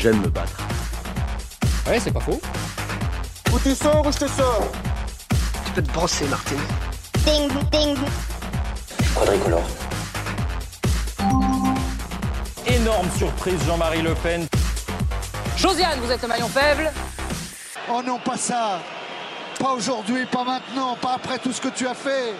j'aime me battre. Ouais, c'est pas faux. Ou tu sors ou je te sors Tu peux te brosser, Martin. Ding, ding. Quadricolore. Énorme surprise, Jean-Marie Le Pen. Josiane, vous êtes le maillon faible. Oh non, pas ça. Pas aujourd'hui, pas maintenant, pas après tout ce que tu as fait.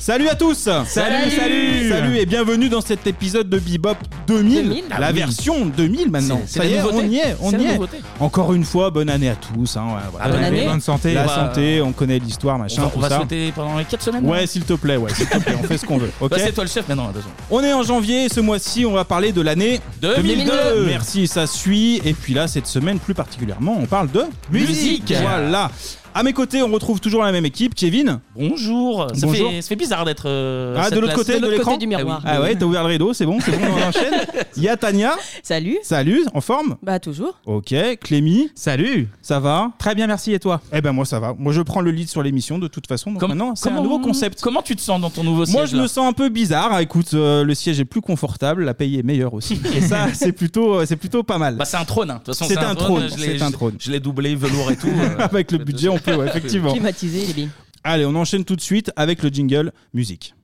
Salut à tous Salut Salut Salut, et bienvenue dans cet épisode de Bebop 2000, 2000, ah la oui. version 2000 maintenant. C'est- c'est Ça la y est, nouveauté. on y est, on C'est la y est. nouveauté. Ah, Encore une fois, bonne année à tous. hein, ouais, voilà. bonne année. Bah, Bonne santé. La On va- santé, on connaît l'histoire, machin, on va, tout on va ça. sauter pendant les 4 semaines hein. Ouais, s'il te plaît, ouais, s'il te plaît, on fait ce qu'on veut. Ok. Bah, c'est toi le chef maintenant, attention. On est en janvier et ce mois-ci, on va parler de l'année 2002. Merci, ça suit. Et puis là, cette semaine plus particulièrement, on parle de Musique. Voilà. À mes côtés, on retrouve toujours la même équipe, Kevin. Bonjour. Ça, Bonjour. Fait, ça fait bizarre d'être. euh, Ah, cette de l'autre place. côté de l'écran côté du miroir. Ah ouais, t'as ouvert le rideau, c'est bon, c'est bon, on enchaîne. Il y a Tania. Salut. Salut, en forme Bah toujours. Ok, Clémy. Salut. Ça va Très bien, merci. Et toi Eh ben moi ça va. Moi je prends le lead sur l'émission de toute façon. Donc maintenant c'est un Ah comment- nouveau concept. Comment tu te sens dans ton nouveau siège Moi je me sens un peu bizarre. Ah, Écoute, euh, le siège est plus confortable, la paye est meilleure aussi. Et ça c'est plutôt, euh, c'est plutôt pas mal. Bah, c'est un trône. hein. De toute façon, C'est un trône, je l'ai- c'est un je- trône. Je l'ai doublé, velours et tout. euh. Avec le budget on peut, ouais, effectivement. Climatisé, il est bien. Allez, on enchaîne tout de suite avec le jingle musique.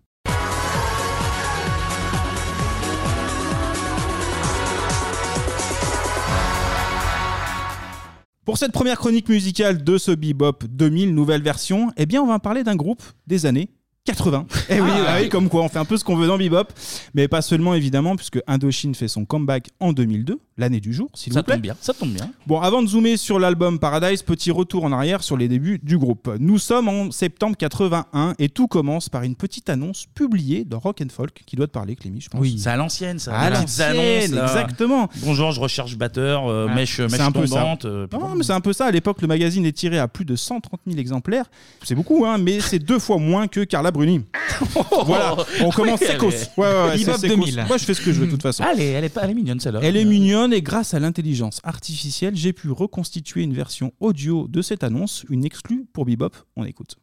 Pour cette première chronique musicale de ce Bebop 2000 nouvelle version, eh bien on va parler d'un groupe des années 80. Eh oui, Ah, ah oui, oui. comme quoi on fait un peu ce qu'on veut dans Bebop, mais pas seulement évidemment puisque Indochine fait son comeback en 2002, l'année du jour, s'il Ça vous plaît. tombe bien, ça tombe bien. Bon, avant de zoomer sur l'album Paradise, petit retour en arrière sur les débuts du groupe. Nous sommes en septembre 81 et tout commence par une petite annonce publiée dans Rock and Folk qui doit te parler, Clémy, je pense. C'est à l'ancienne, ça. À Les petites l'ancienne, annonces, là. exactement. Bonjour, je recherche batteur, euh, Ouais. mèche, C'est mèche un peu ça. tombante. euh, puis Non, bon. mais c'est un peu ça. À l'époque, le magazine est tiré à plus de 130 000 exemplaires. C'est beaucoup, hein, mais c'est deux fois moins que Carla Bruni. voilà, on commence Oui, secos. Ouais, ouais, allez. ouais, Bebop c'est secos. 2000. Moi, je fais ce que je veux de toute façon. Ah, elle est, elle est pas, elle est mignonne celle-là. Elle est mignonne et grâce à l'intelligence artificielle, j'ai pu reconstituer une version audio de cette annonce, une exclue pour Bebop. On écoute.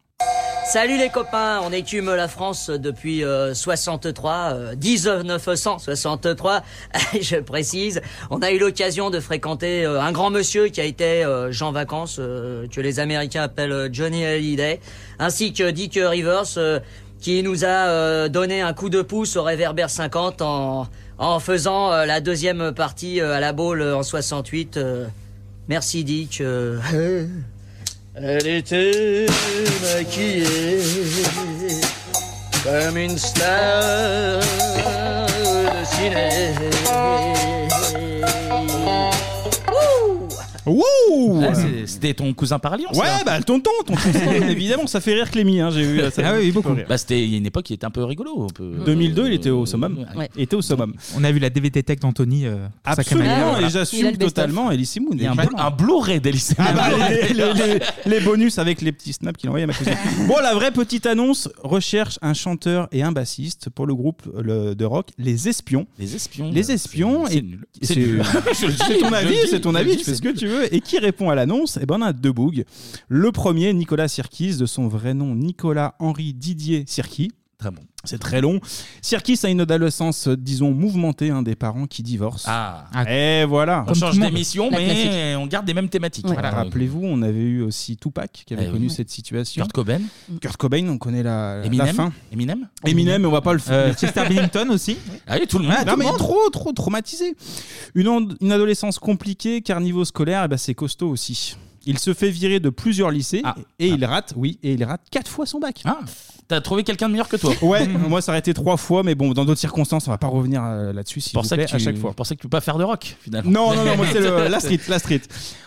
Salut les copains, on écume la France depuis euh, 63, euh, 1963, je précise. On a eu l'occasion de fréquenter euh, un grand monsieur qui a été euh, Jean Vacances, euh, que les Américains appellent euh, Johnny Hallyday, ainsi que Dick Rivers, euh, qui nous a euh, donné un coup de pouce au Reverber 50 en, en faisant euh, la deuxième partie euh, à la boule en 68. euh. merci Dick. euh. Elle était maquillée comme une star de ciné. Wouh Ah, c'est- C'était ton cousin par alliance. Ouais, ça. bah le tonton, tonton Stan, évidemment, ça fait rire Clémy, hein, j'ai vu. là, ça Ah fait oui, beaucoup rire. Bah, c'était il y a une époque qui était un peu rigolo. Un peu... 2002, il était au summum. Ouais. Il était au summum. On a vu la DVD Tech d'Anthony. euh, sacrée manière, Absolument, voilà. et Il a j'assume le best-of. totalement Elise Moon. Il y a un, bl- un Blu-ray d'Elysée. Ah bah, les, les- les- les bonus avec les petits snaps qu'il envoyait à ma cousine. Bon, la vraie petite annonce recherche un chanteur et un bassiste pour le groupe le- de rock Les Espions. Les espions. Les euh, espions c'est- et- C'est nul. et C'est c'est- nul. Je le dis, C'est je ton le avis, dis, c'est ton je le avis, dis, tu fais ce c'est que tu veux. Et qui répond à l'annonce Eh ben, on a deux bougs. Le premier, Nicolas Sirkis, de son vrai nom Nicolas Henri Didier Sirki. Très bon. C'est très long. Sirkis a une adolescence, disons, mouvementée, un des parents qui divorcent. Ah. Et voilà. On Comme tout change le monde. d'émission, La mais on garde les mêmes thématiques. Ouais. Voilà, Rappelez-vous, on avait eu aussi Tupac qui avait Eh oui. connu cette situation. Kurt Cobain, Kurt Cobain, on connaît la, la Eminem, fin. Eminem. Eminem, on va pas le faire. Euh, Chester Bennington aussi. Ah oui, tout le monde. non, mais trop, trop traumatisé. Une, an- une adolescence compliquée, car niveau scolaire, eh ben, c'est costaud aussi. Il se fait virer de plusieurs lycées Ah. et il rate, oui, et il rate quatre fois son bac. Ah, t'as trouvé quelqu'un de meilleur que toi. Ouais, moi ça a été trois fois, mais bon, dans d'autres circonstances, on va pas revenir euh, là-dessus, s'il Pour vous ça, plaît, que tu, à chaque fois. pour ça que tu peux pas faire de rock finalement. Non, non, non, moi, c'est le- la street, la street.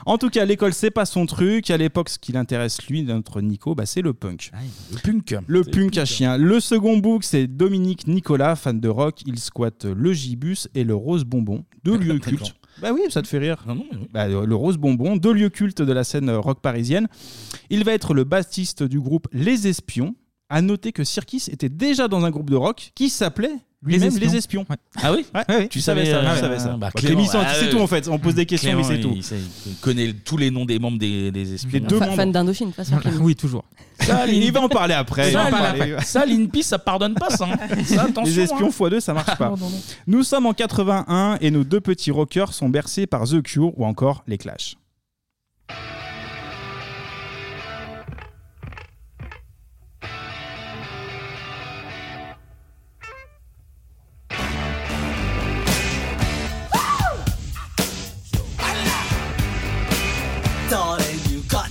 En tout cas, l'école, c'est pas son truc. À l'époque, ce qui l'intéresse, lui, notre Nico, bah, c'est le punk. Le punk. Le punk à chien. Le second book, c'est Dominique Nicolas, fan de rock. Il squatte le Gibus et le Rose Bonbon, deux lieux Très grand. cultes. Bah oui, ça te fait rire. Ah Non, non, mais oui. Bah, le le Rose Bonbon, deux lieux cultes de la scène euh, rock parisienne. Il va être le bassiste du groupe Les Espions. À noter que Circus était déjà dans un groupe de rock qui s'appelait Lui-même, Les espions. les espions. Ah oui Tu savais ça, tu savais ça. Bah, Clément, c'est tout, en fait. On pose des questions, mais c'est tout. Il, sait- il connaît le- tous les noms des membres des, des espions. deux Fa- membres. Fan d'Indochine, de toute façon. Clément. Oui, toujours. Ça, Il va en parler après. Ça, il va en l'in- parler, ouais. ça, l'INPI, ça pardonne pas, ça. hein. Ça, attention. les espions hein. x2, ça marche pas. Non, non, non. Nous sommes en 81 et nos deux petits rockers sont bercés par The Cure ou encore les Clash. Darling, you got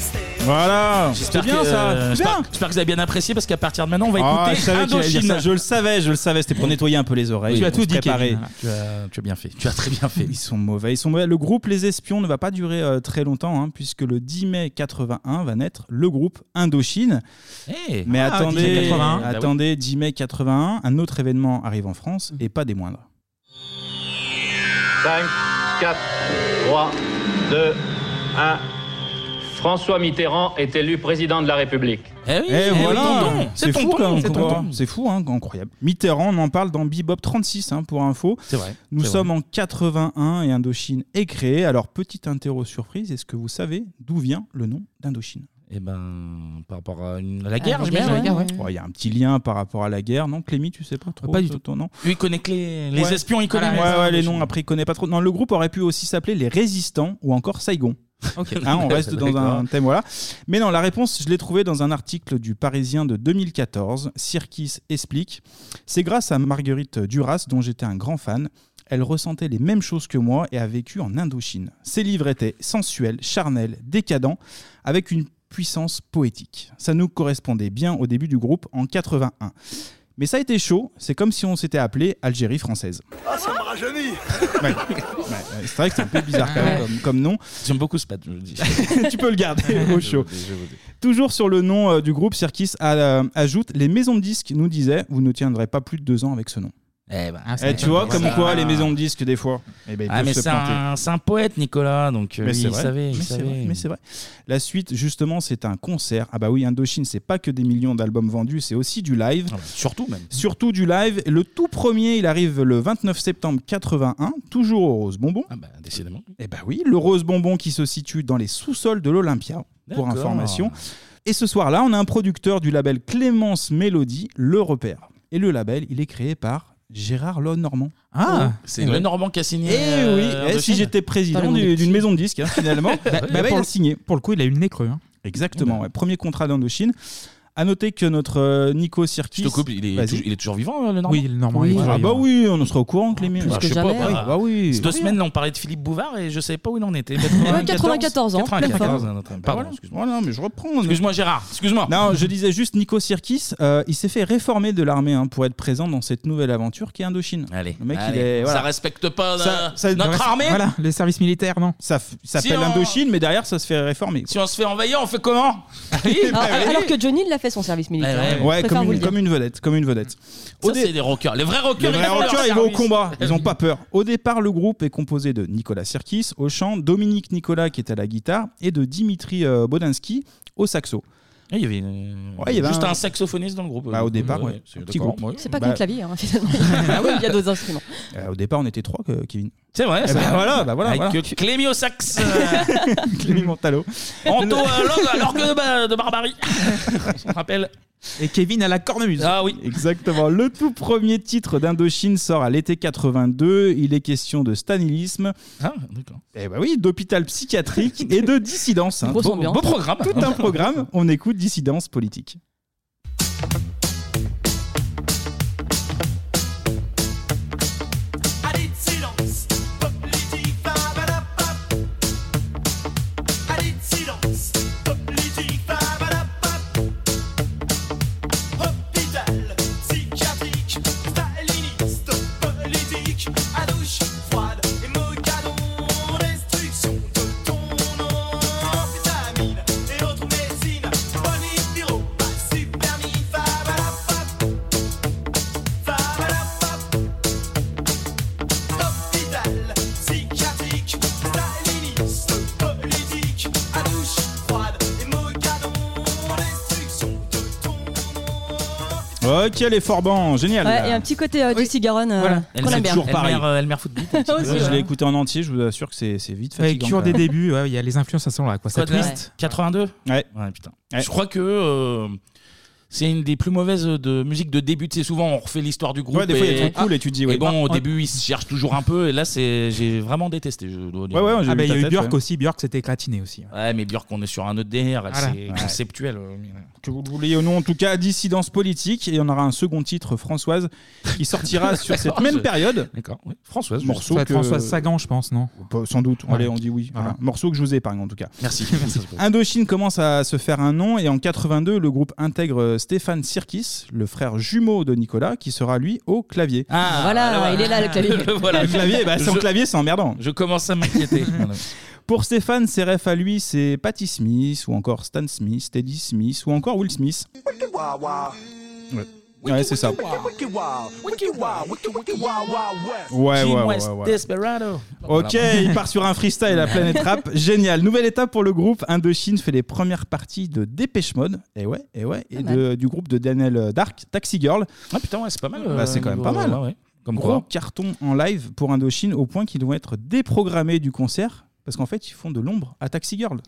stay? Voilà. J'espère C'est bien, que, ça. euh, C'est J'espère bien. j'espère que vous avez bien apprécié parce qu'à partir de maintenant, on va Ah, je écouter savais qu'il allait dire ça. Indochine. Je le savais, je le savais. C'était pour nettoyer un peu les oreilles. Tu as on tout se dit, préparait. Kevin. Voilà. Tu as- tu as bien fait. Tu as très bien fait. Ils sont mauvais. Ils sont mauvais. Le groupe Les Espions ne va pas durer euh, très longtemps, hein, puisque le 10 mai 81 va naître le groupe Indochine. Mais Eh, ah, 10 mai attendez, 81. attendez, 10 mai 81, un autre événement arrive en France et pas des moindres. 5, 4, 3, 2, 1. François Mitterrand est élu président de la République. Eh Et voilà, c'est c'est fou quand même, c'est quoi. C'est fou, hein, incroyable. Mitterrand, on en parle dans Bebop 36, hein, pour info. C'est vrai. Nous c'est sommes en 81 et Indochine est créée. Alors, petite interro surprise, est-ce que vous savez d'où vient le nom d'Indochine Eh ben, par rapport à une- la guerre, Ah, la j'imagine. guerre, ouais. Ouais, Il y a un petit lien par rapport à la guerre. Non, Clémy, tu sais pas trop Euh, Pas du toi, ton nom Lui, il connaît que les, les Ouais. espions, il connaît. Ouais, mais- ouais, les noms, après, il connaît pas trop. Non, le groupe aurait pu aussi s'appeler Les Résistants ou encore Saigon. Hein, on reste dans un D'accord. thème, voilà. Mais non, la réponse, je l'ai trouvée dans un article du Parisien de 2014. Sirkis explique C'est grâce à Marguerite Duras, dont j'étais un grand fan. Elle ressentait les mêmes choses que moi et a vécu en Indochine. Ses livres étaient sensuels, charnels, décadents, avec une puissance poétique. Ça nous correspondait bien au début du groupe en 81. Mais ça a été chaud, c'est comme si on s'était appelé Algérie française. Ah, ça me rajeunit Ouais. Ouais, c'est vrai que c'est un peu bizarre quand même Ouais. comme, comme nom. J'aime beaucoup ce pad, je le dis. tu peux le garder au chaud. Je vous dis. Toujours sur le nom euh, du groupe, Cirkis a- euh, ajoute Les maisons de disques nous disaient, vous ne tiendrez pas plus de deux ans avec ce nom. Eh ben, Eh, tu vois, comme quoi, les maisons de disques, des fois. Eh ben, ils Ah, peuvent mais se c'est planter. un, c'est un poète, Nicolas, donc euh, Mais lui, c'est il vrai. savait. il Mais c'est savait. vrai, mais c'est vrai. La suite, justement, c'est un concert. Ah bah oui, Indochine, c'est pas que des millions d'albums vendus, c'est aussi du live. surtout même. Surtout du live. Le tout premier, il arrive le 29 septembre 81, toujours au Rose Bonbon. Ah bah décidément. Eh bah oui, le Rose Bonbon qui se situe dans les sous-sols de l'Olympia, pour D'accord. information. Et ce soir-là, on a un producteur du label Clémence Mélodie, Le Repère. Et le label, il est créé par Gérard Lenormand. Ah, c'est le le Normand qui a signé. Eh oui, euh, eh, si Indochine. j'étais président du- d'une maison de disques, hein, finalement, Bah, bah, bah, bah, il pour a le- signé. Pour le coup, il a eu le nez creux. Exactement, ouais. premier contrat d'Indochine. À noter que notre euh, Nico Circus. Je te coupe, il est tou- il est toujours vivant, euh, le Normand Oui, le Normand Oui. est toujours Ah, vivant. Ah, bah bah oui, on sera au courant, Clémy. Bah, je sais pas, bah, bah, oui. Ces deux Oui. semaines, là, on parlait de Philippe Bouvard et je savais pas où il en était. 94 ans, pleine 94 forme. à notre- bah, Pardon, voilà. excuse-moi. Voilà, mais je reprends. Excuse-moi, Gérard. Excuse-moi. Non, je disais juste Nico Sirkis, euh, il s'est fait réformer de l'armée hein, pour être présent dans cette nouvelle aventure qui est Indochine. Ah, Allez, le mec, il Allez, est. voilà. Ça respecte pas euh, Ça- ça- notre voilà, armée. voilà. Le service militaire, non Ça, f- ça Si s'appelle on- Indochine, mais derrière, ça se fait réformer. Si on se fait envahir, on fait comment Ah. Alors, Ah, alors que Johnny il l'a fait son service militaire. bah Ouais, Je préfère comme, vous le une, dire. comme une vedette, comme une vedette. Ça, c'est des rockers. Les vrais rockers, Les vrais ils font leur rockers, ils vont au service. combat, ils n'ont pas peur. Au départ, le groupe est composé de Nicolas Sirkis au chant, Dominique Nicolas qui est à la guitare et de Dimitri euh, Bodinski au saxo. Ah, Il y avait, une- euh, Ouais, il y avait juste un- un... saxophoniste dans le groupe. Bah, au départ, ouais. c'est- Petit d'accord, groupe. ouais. C'est pas Bah- qu'un clavier, hein, finalement. il y a d'autres instruments. Euh, au départ, on était trois, que- Kevin. C'est vrai, Eh c'est ben vrai. voilà, bah voilà, Avec voilà. euh, Clémy au sax, Clémy Montalo. Anto euh, l'orgue- l'orgue de, Ba- de Barbarie, on rappelle. Et Kevin à la cornemuse. Ah oui. Exactement. Le tout premier titre d'Indochine sort à l'été 82. Il est question de stanilisme. Ah, d'accord. Eh ben oui, d'hôpital psychiatrique et de dissidence. hein. Grosse Beau- ambiance. beau programme. Tout un programme. On écoute dissidence politique. Allez, silence, politique, babadapap. Allez, silence, politique, babadapap. Hôpital psychiatrique, staliniste, politique, à douche froide et mocadon. Destruction de ton amphétamine et autres médecines. Bonipiro, supermine, babadapap. Babadapap. Hôpital psychiatrique, staliniste, politique, à douche froide et mocadon, destruction de Ok, les forbans. Génial. Ouais, et un petit côté euh, Jesse Garonne. euh, Voilà. Elle Cronenberg. fait toujours pareil. Football. euh, Ouais, hein. je l'ai écouté en entier. Je vous assure que c'est c'est vite Ouais, fatigant. cure quand des même. débuts, ouais, il y a les influences à ce moment-là. Quoi. Ça Quoi, de la- twist. 82 Ouais. putain. Je crois que euh, c'est une des plus mauvaises de musique de début. Tu sais, souvent on refait l'histoire du groupe. Ouais, des fois, il y a des et, trucs cool et tu te dis, ouais. Et bon, au Ah, début, ils se cherchent toujours un peu. Et là, c'est j'ai vraiment détesté. Je dois dire. ah, bah, il y a eu Björk aussi. Björk s'était écratiné aussi. Ouais, mais Björk, on est sur un autre délire. elle, Voilà. C'est Ouais. conceptuel. euh, Que vous le vouliez ou non, en tout cas, dissidence politique. Et on aura un second titre, Françoise, qui sortira sur cette D'accord, même je- période. D'accord, oui. Françoise, morceau Ça va être que... Françoise Sagan, je pense, non Pas- Sans doute. Ouais. Allez, on dit oui. Voilà. Voilà. Morceau que je vous épargne en tout cas. Merci. Indochine commence à se faire un nom et en 82, le groupe intègre euh, Stéphane Sirkis, le frère jumeau de Nicolas, qui sera lui au clavier. Ah, Voilà, il est là, le clavier. voilà. Le clavier, bah, sans Je- clavier, c'est emmerdant. Je commence à m'inquiéter. Voilà. Pour Stéphane, ses refs à lui, c'est Patti Smith, ou encore Stan Smith, Teddy Smith, ou encore Will Smith. Ouais, Ouais, c'est ça. Ouais, ouais, ouais, ouais, ouais. Desperado. Ok, Voilà. il part sur un freestyle à Planète Rap. Génial. Nouvelle étape pour le groupe. Indochine fait les premières parties de Dépêche Mode. Et ouais, et ouais. Et Pas de- du groupe de Daniel Dark, Taxi Girl. Ah putain, ouais, c'est pas mal. Bah, c'est quand même pas mal. Comme Gros quoi. carton en live pour Indochine au point qu'ils vont être déprogrammés du concert parce qu'en fait, ils font de l'ombre à Taxi Girl.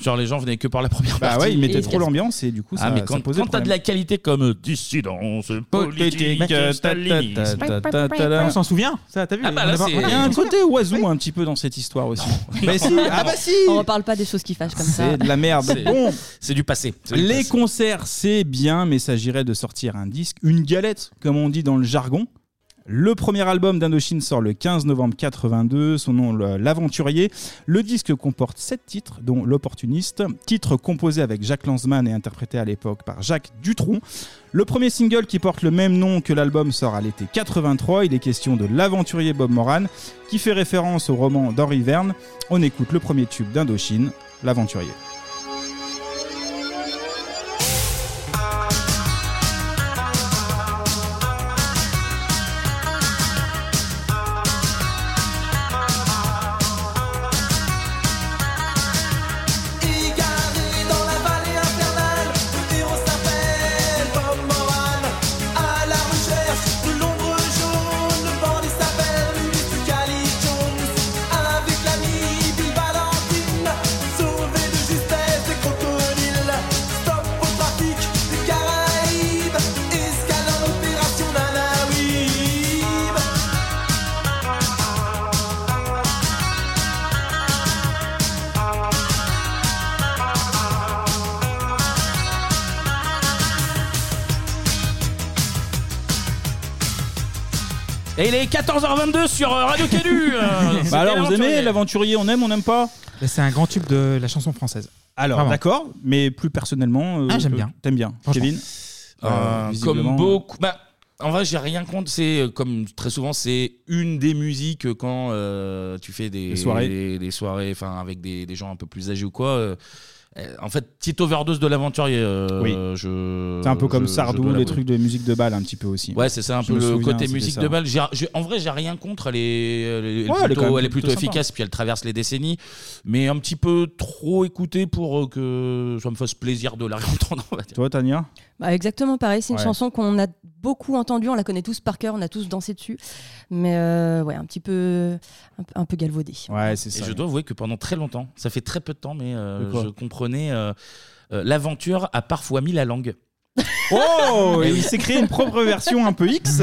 Genre les gens venaient que par la première Ah. Bah partie. ouais, ils mettaient trop l'ambiance et du coup, ah, ça- mais ça quand, posait quand t'as de problème. la qualité comme euh, dissidence politique, Politique, euh, ta- staliniste. ta- ta- ta- ta- ta- ta- On s'en souvient Ça, t'as vu Ah bah là, c'est. Il y a un côté oiseau un petit peu dans cette histoire aussi. Mais si, ah bah si On reparle pas des choses qui fâchent comme ça. C'est de la merde. C'est- Bon, C'est du passé. C'est du les passé. concerts, c'est bien, mais s'agirait de sortir un disque, une galette, comme on dit dans le jargon. Le premier album d'Indochine sort le 15 novembre 82, son nom le- L'Aventurier. Le disque comporte sept titres, dont L'Opportuniste, titre composé avec Jacques Lanzmann et interprété à l'époque par Jacques Dutronc. Le premier single qui porte le même nom que l'album sort à l'été 83. Il est question de l'aventurier Bob Moran, qui fait référence au roman d'Henri Verne. On écoute le premier tube d'Indochine, L'Aventurier. Égaré dans la vallée infernale, le héros s'appelle Bob Moran. À la recherche de l'ombre jaune, le bandit s'appelle Mr. Cali Jones. Avec l'ami Bill Valentine, sauvé de justesse des crocodiles. Stop au trafic des Caraïbes, Ah escale dans l'opération Nanaouib. Et il est 14h22 sur euh, Radio Canu. euh, c'était Bah alors, vous l'aventurier. aimez l'aventurier On aime, on n'aime pas Bah, C'est un grand tube de la chanson française. Alors, Vraiment. d'accord, mais plus personnellement. euh, Ah, j'aime euh, bien. T'aimes bien, Franchement. Kevin Euh, Euh, visiblement- comme beaucoup. Bah, en vrai, j'ai rien contre. C'est euh, comme très souvent, c'est une des musiques euh, quand euh, tu fais des Des soirées. des, des soirées, enfin avec des, des gens un peu plus âgés ou quoi. euh, euh, en fait, petite overdose de l'aventurier. euh, Oui. je- C'est un peu comme Euh, je- je Sardou, dois les l'avouer. trucs de musique de balle, un petit peu aussi. Ouais, c'est ça, un Je peu me le souviens, côté c'était musique ça. de balle. J'ai- j'ai- en vrai, j'ai rien contre. Elle est, elle est- elle est Ouais, elle est plutôt, quand même elle est plutôt plutôt sympa. efficace, puis elle traverse les décennies. Mais un petit peu trop écoutée pour euh, que ça me fasse plaisir de la réentendre, on va dire. Toi, Tania Bah, exactement pareil, c'est une Ouais. chanson qu'on a beaucoup entendue, on la connaît tous par cœur, on a tous dansé dessus, mais euh, ouais, un petit peu, un, peu- un peu galvaudée. Ouais, c'est ça. Et je dois avouer que pendant très longtemps, ça fait très peu de temps, mais euh, De quoi Ah, je comprenais euh, euh, l'aventure a parfois mis la langue. Oh, il s'est créé une propre version un peu X.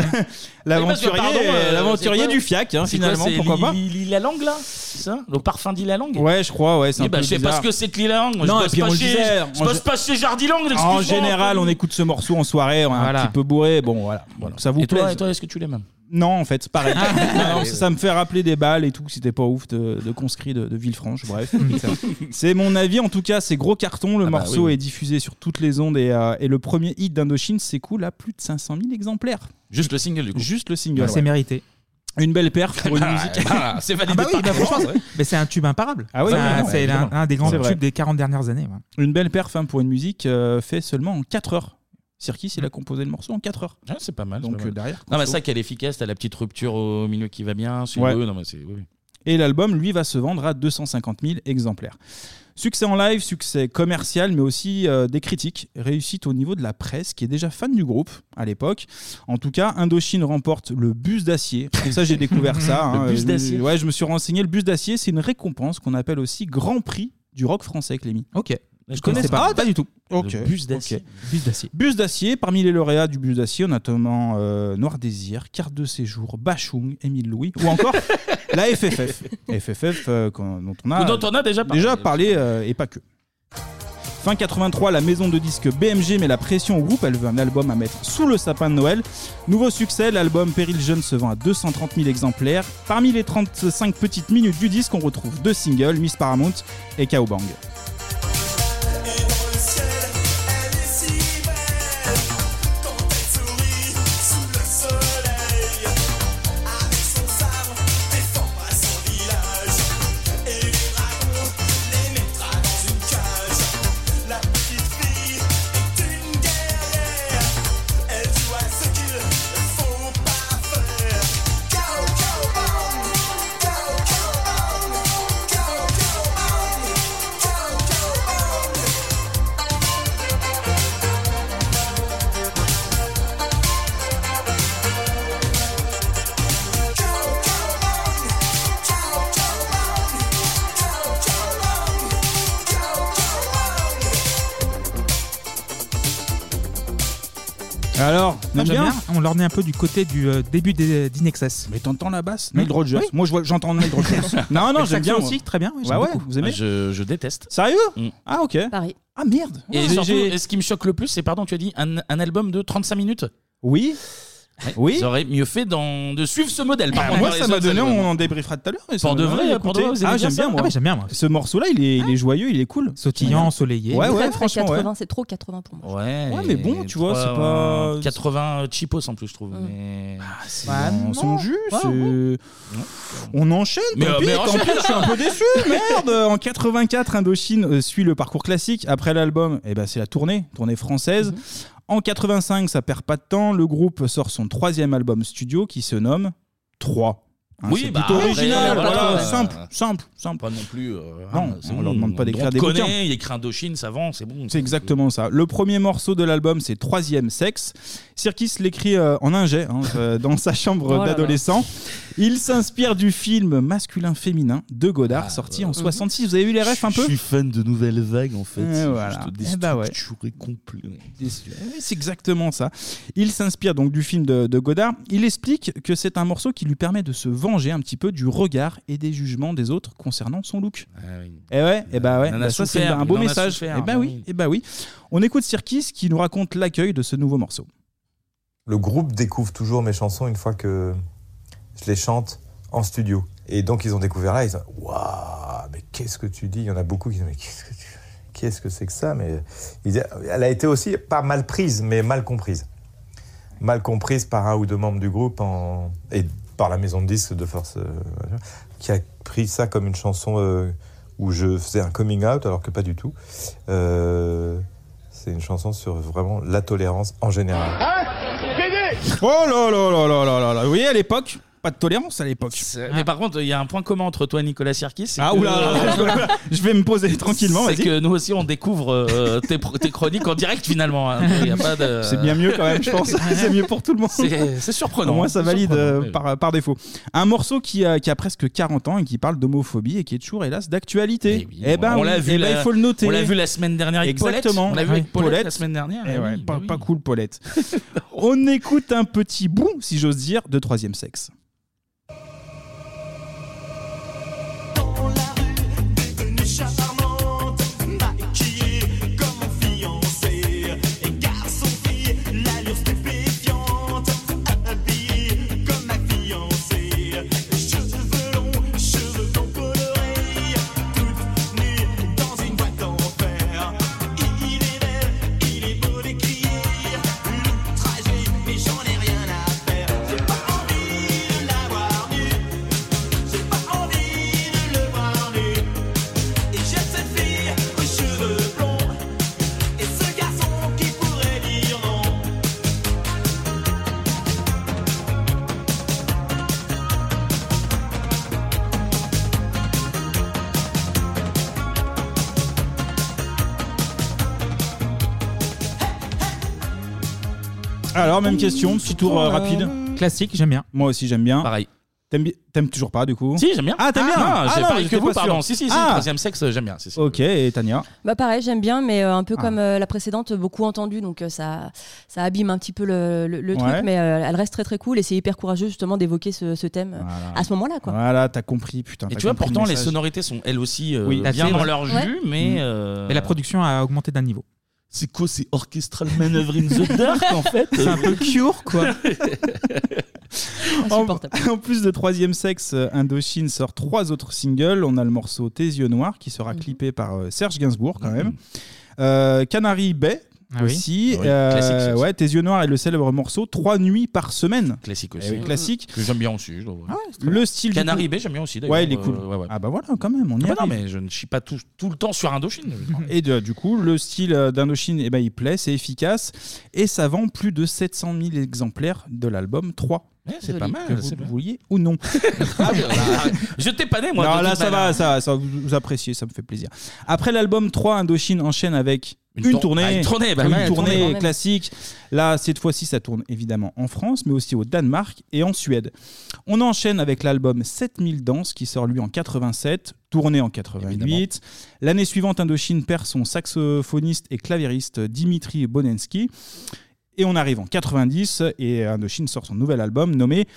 L'aventurier, Pardon, euh, l'aventurier c'est quoi du fiac, hein, C'est quoi, finalement, c'est pourquoi pas. l'île- l'île à langue là C'est ça Le parfum d'île à langue Ouais, je crois, ouais, c'est un Eh ben, peu je sais pas bizarre. ce que c'est que l'île à langue. Moi, Non, je et bosse puis on pas le chez, disait, je on bosse le- pas chez Jardiland. En général, on écoute ce morceau en soirée, on est hein. Voilà. un petit peu bourré. Bon, voilà. Bon, Ça vous Et toi, plaise et toi, est-ce que tu l'aimes Non, en fait, c'est pareil. Ah, Non, ouais. ça, ça me fait rappeler des balles et tout, que c'était pas ouf de, de conscrits de, de Villefranche. Bref, c'est mon avis. En tout cas, c'est gros carton. Le Ah bah morceau oui. est diffusé sur toutes les ondes et, euh, et le premier hit d'Indochine s'écoule à plus de 500 000 exemplaires. Juste le single du coup. Juste le single. Bah, c'est mérité. Une belle perf pour une musique. Ah, c'est validé Ah bah oui, par bah, Florence, franchement, ouais. Mais c'est un tube imparable. Ah oui, C'est oui, un- c'est oui, oui, un, évidemment. un des grands C'est tubes vrai. des 40 dernières années. ouais. Une belle perf hein, pour une musique euh, fait seulement en 4 heures. Sirkis, il a composé le morceau en 4 heures. Ah, c'est pas mal. Donc euh, derrière. Non, mais costaud. ça qu'elle est efficace, t'as la petite rupture au milieu qui va bien. c'est Ouais. le- non, mais c'est- oui. Et l'album, lui, va se vendre à 250 000 exemplaires. Succès en live, succès commercial, mais aussi euh, des critiques. Réussite au niveau de la presse, qui est déjà fan du groupe à l'époque. En tout cas, Indochine remporte le bus d'acier. Ça, j'ai découvert ça. Le hein. bus Je- d'acier. Ouais, je me suis renseigné. Le bus d'acier, c'est une récompense qu'on appelle aussi Grand Prix du rock français, Clémy. Ok. Je connais connaissais pas. pas. Ah, pas du tout. Ok. Le bus d'acier. Bus d'acier. Bus d'acier. Parmi les lauréats du bus d'acier, on a notamment euh, Noir Désir, Carte de séjour, Bachung, Émile Louis, ou encore la FFF. FFF euh, qu'on- dont on a Dont on a déjà parlé. euh, et pas que. Fin 83, la maison de disques BMG met la pression au groupe, elle veut un album à mettre sous le sapin de Noël. Nouveau succès, l'album Péril Jeune se vend à 230 000 exemplaires. Parmi les 35 petites minutes du disque, on retrouve deux singles, Miss Paramount et Cowbang. Et dans le ciel, elle est si belle Quand elle sourit sous le soleil Avec son sabre, défend à son village Et les dragons les mettra dans une cage La petite fille est une guerrière Elle joue à ce qu'il ne faut pas faire Kao, kao, bang Kao, kao, bang Kao, kao, bang Kao, kao, bang Alors, Ah, on Moi, aime j'aime bien bien. On l'ornait un peu du côté du euh, début des- d'Inexcess. Mais t'entends la basse Neil Rogers. Moi, je vois- j'entends Neil Rogers. non, non, Avec j'aime bien Saxon moi. aussi, très bien, oui, bah j'aime ouais, beaucoup. vous aimez Ah, je, je déteste. Sérieux Mm. Ah, ok. Ah merde Et J'ai- surtout, j'ai- ce qui me choque le plus, c'est, pardon, tu as dit un, un album de 35 minutes Oui. oui. Ils auraient mieux fait d'en- de suivre ce modèle. par Bah, rapport moi, à les ça m'a autres donné, albums. on en débriefera tout à l'heure. mais ça Pour m'a de donné vrai, envie pour de d'écouter. vrai, vous aimez Ah, bien j'aime ça bien, moi. Ah ouais, j'aime bien, moi. Ce morceau-là, il est, il est joyeux, il est cool. Sautillant, ensoleillé. Ouais, Ah. Très ouais, bon, franchement. 80, ouais. c'est trop 80 pour moi. Ouais, Ouais, mais bon, et tu vois, trois, c'est pas- Mm. Ah, euh, 80 cheapos en plus, je trouve. Mais... C'est dans Bah, son jus, c'est- On enchaîne, Mais, tant euh, pis, mais tant enchaîne. pis, je suis un peu déçu, merde En 84, Indochine euh, suit le parcours classique. Après l'album, eh ben, c'est la tournée, tournée française. Mhm. En 85, ça perd pas de temps, le groupe sort son troisième album studio qui se nomme 3. Oui, c'est bah, plutôt après, original, voilà, voilà, euh, simple, simple, simple. Pas non plus. euh, Non, hein, c'est on bon, leur demande pas d'écrire te des connaît, bouquins. Il écrit Indochine, ça vend, c'est bon. C'est exactement ça. Le premier morceau de l'album, c'est Troisième Sexe. Sirkis l'écrit euh, en un jet hein, euh, dans sa chambre Oh là là. d'adolescent. Il s'inspire du film Masculin-Féminin de Ah, Godard, sorti Mhm. en 66. Vous avez vu les refs un peu fan de Nouvelle Vague en fait. Eh c'est voilà. juste des Eh bah ouais. Eh, C'est exactement ça. Il s'inspire donc du film de, de Godard. Il explique que c'est un morceau qui lui permet de se venger un petit peu du regard et des jugements des autres concernant son look. Et ouais, et bah ouais, Ah, Il en a bah ça c'est souffert, un beau il en a message. souffert, et bah bah oui, oui. et bah oui. On écoute Sirkis qui nous raconte l'accueil de ce nouveau morceau. Le groupe découvre toujours mes chansons une fois que je les chante en studio. Et donc ils ont découvert là, ils ont Waouh, mais qu'est-ce que tu dis Il y en a beaucoup qui disent Mais qu'est-ce que tu- qu'est-ce que c'est que ça Mais ils disaient- elle a été aussi pas mal prise, mais mal comprise. Mal comprise par un ou deux membres du groupe en- et par la maison de disques de force, euh, qui a pris ça comme une chanson euh, où je faisais un coming out alors que pas du tout. Euh, c'est une chanson sur vraiment la tolérance en général. Hein Bébé Oh là là là là là là là. Vous voyez, à l'époque, pas de tolérance à l'époque. Mais par contre, il y a un point commun entre toi et Nicolas Sirkis. c'est Ah, que- oula, je vais- je vais me poser tranquillement, C'est vas-y. que nous aussi, on découvre euh, tes, pro- tes chroniques en direct finalement. hein. Il y a pas de- C'est bien mieux quand même, je pense. c'est mieux pour tout le monde. euh, C'est c'est surprenant. Au moins, ça C'est valide surprenant, euh, oui. par, par défaut. Un morceau qui a, qui a presque 40 ans et qui parle d'homophobie et qui est toujours, hélas, d'actualité. Eh, ben, on oui, l'a eh vu. ben, la- il faut le noter. On l'a vu la semaine dernière avec Paulette. Exactement. On l'a vu avec Ouais. Paulette la semaine dernière. Eh Eh ouais, oui, pas, bah oui. pas cool, Paulette. on écoute un petit bout, si j'ose dire, de Troisième Sexe. Devenue charmante, maquillée comme mon fiancé. Et garçon-fille, l'allure stupéfiante. Habillée comme ma fiancée. Cheveux longs, cheveux non colorés. Toute nue dans une boîte d'enfer. Il est belle, il est beau d'écrire. L'outrager, mais j'en ai rien à faire. J'ai pas envie de l'avoir nue. J'ai pas envie de le voir nu. Et j'aime cette fille aux cheveux blonds Et ce garçon qui pourrait dire non Alors, même question, petit tour euh, rapide. Classique, j'aime bien. Moi aussi, j'aime bien. Pareil. T'aimes bi- t'aimes toujours pas, du coup Bah. Si, j'aime bien. Ah, t'aimes bien Ah, j'ai non, pas- j'étais que vous, sûr. pardon. Si, si, si, Ah, troisième sexe, euh, j'aime bien. si, si. Ok, et Tania Bah pareil, j'aime bien, mais euh, un peu Ah. comme euh, la précédente, beaucoup entendu, donc euh, ça, ça abîme un petit peu le, le- le Ouais. truc, mais euh, elle reste très très cool et c'est hyper courageux justement d'évoquer ce, ce thème euh, ah, à ce moment-là. quoi. Voilà, t'as compris, putain. Et t'as tu vois, compris le pourtant, les message. sonorités sont elles aussi euh, Oui, t'as bien fait, dans ouais. leur jus, Ouais. mais. Mm. euh, Mais la production a augmenté d'un niveau. C'est quoi C'est orchestral manœuvre in the dark en fait C'est un peu cure quoi. En, en plus de Troisième Sexe, euh, Indochine sort trois autres singles. On a le morceau Tes yeux noirs qui Mhm. sera clippé par euh, Serge Gainsbourg quand même. Euh, Canary Bay Ah oui. aussi. Oui, Euh, classique, ça aussi. ouais, Tes yeux noirs et le célèbre morceau Trois nuits par semaine. Classique Eh aussi. oui, classique. Ah, Que j'aime bien aussi. je dois avouer. Le style du Ah, Canary coup- Bay, j'aime bien aussi. d'ailleurs. Ouais, il est cool. Euh, ouais, ouais. Ah bah voilà, quand même, on y Ah bah non, arrive. mais je ne chie pas tout, tout le temps sur Indochine. Et de- du coup, le style euh, d'Indochine, eh ben, il plaît, c'est efficace et ça vend plus de 700 000 exemplaires de l'album 3. c'est pas mal, Que vous Ah, c'est bien. vouliez ou non. Ah, bah, je t'ai pas né, moi. non, de là, toute ça va, manière. ça va, ça va, vous, vous appréciez, ça me fait plaisir. Après l'album 3, Indochine enchaîne avec Une une, tour- tournée. Ah, une tournée, bah Une ouais, une tournée tournée, quand même. classique. Là, cette fois-ci, ça tourne évidemment en France, mais aussi au Danemark et en Suède. On enchaîne avec l'album 7000 danses qui sort lui en 87, tournée en 88. L'année suivante, Indochine perd son saxophoniste et claviériste Dimitri Bonensky. Et on arrive en 90 et Indochine sort son nouvel album nommé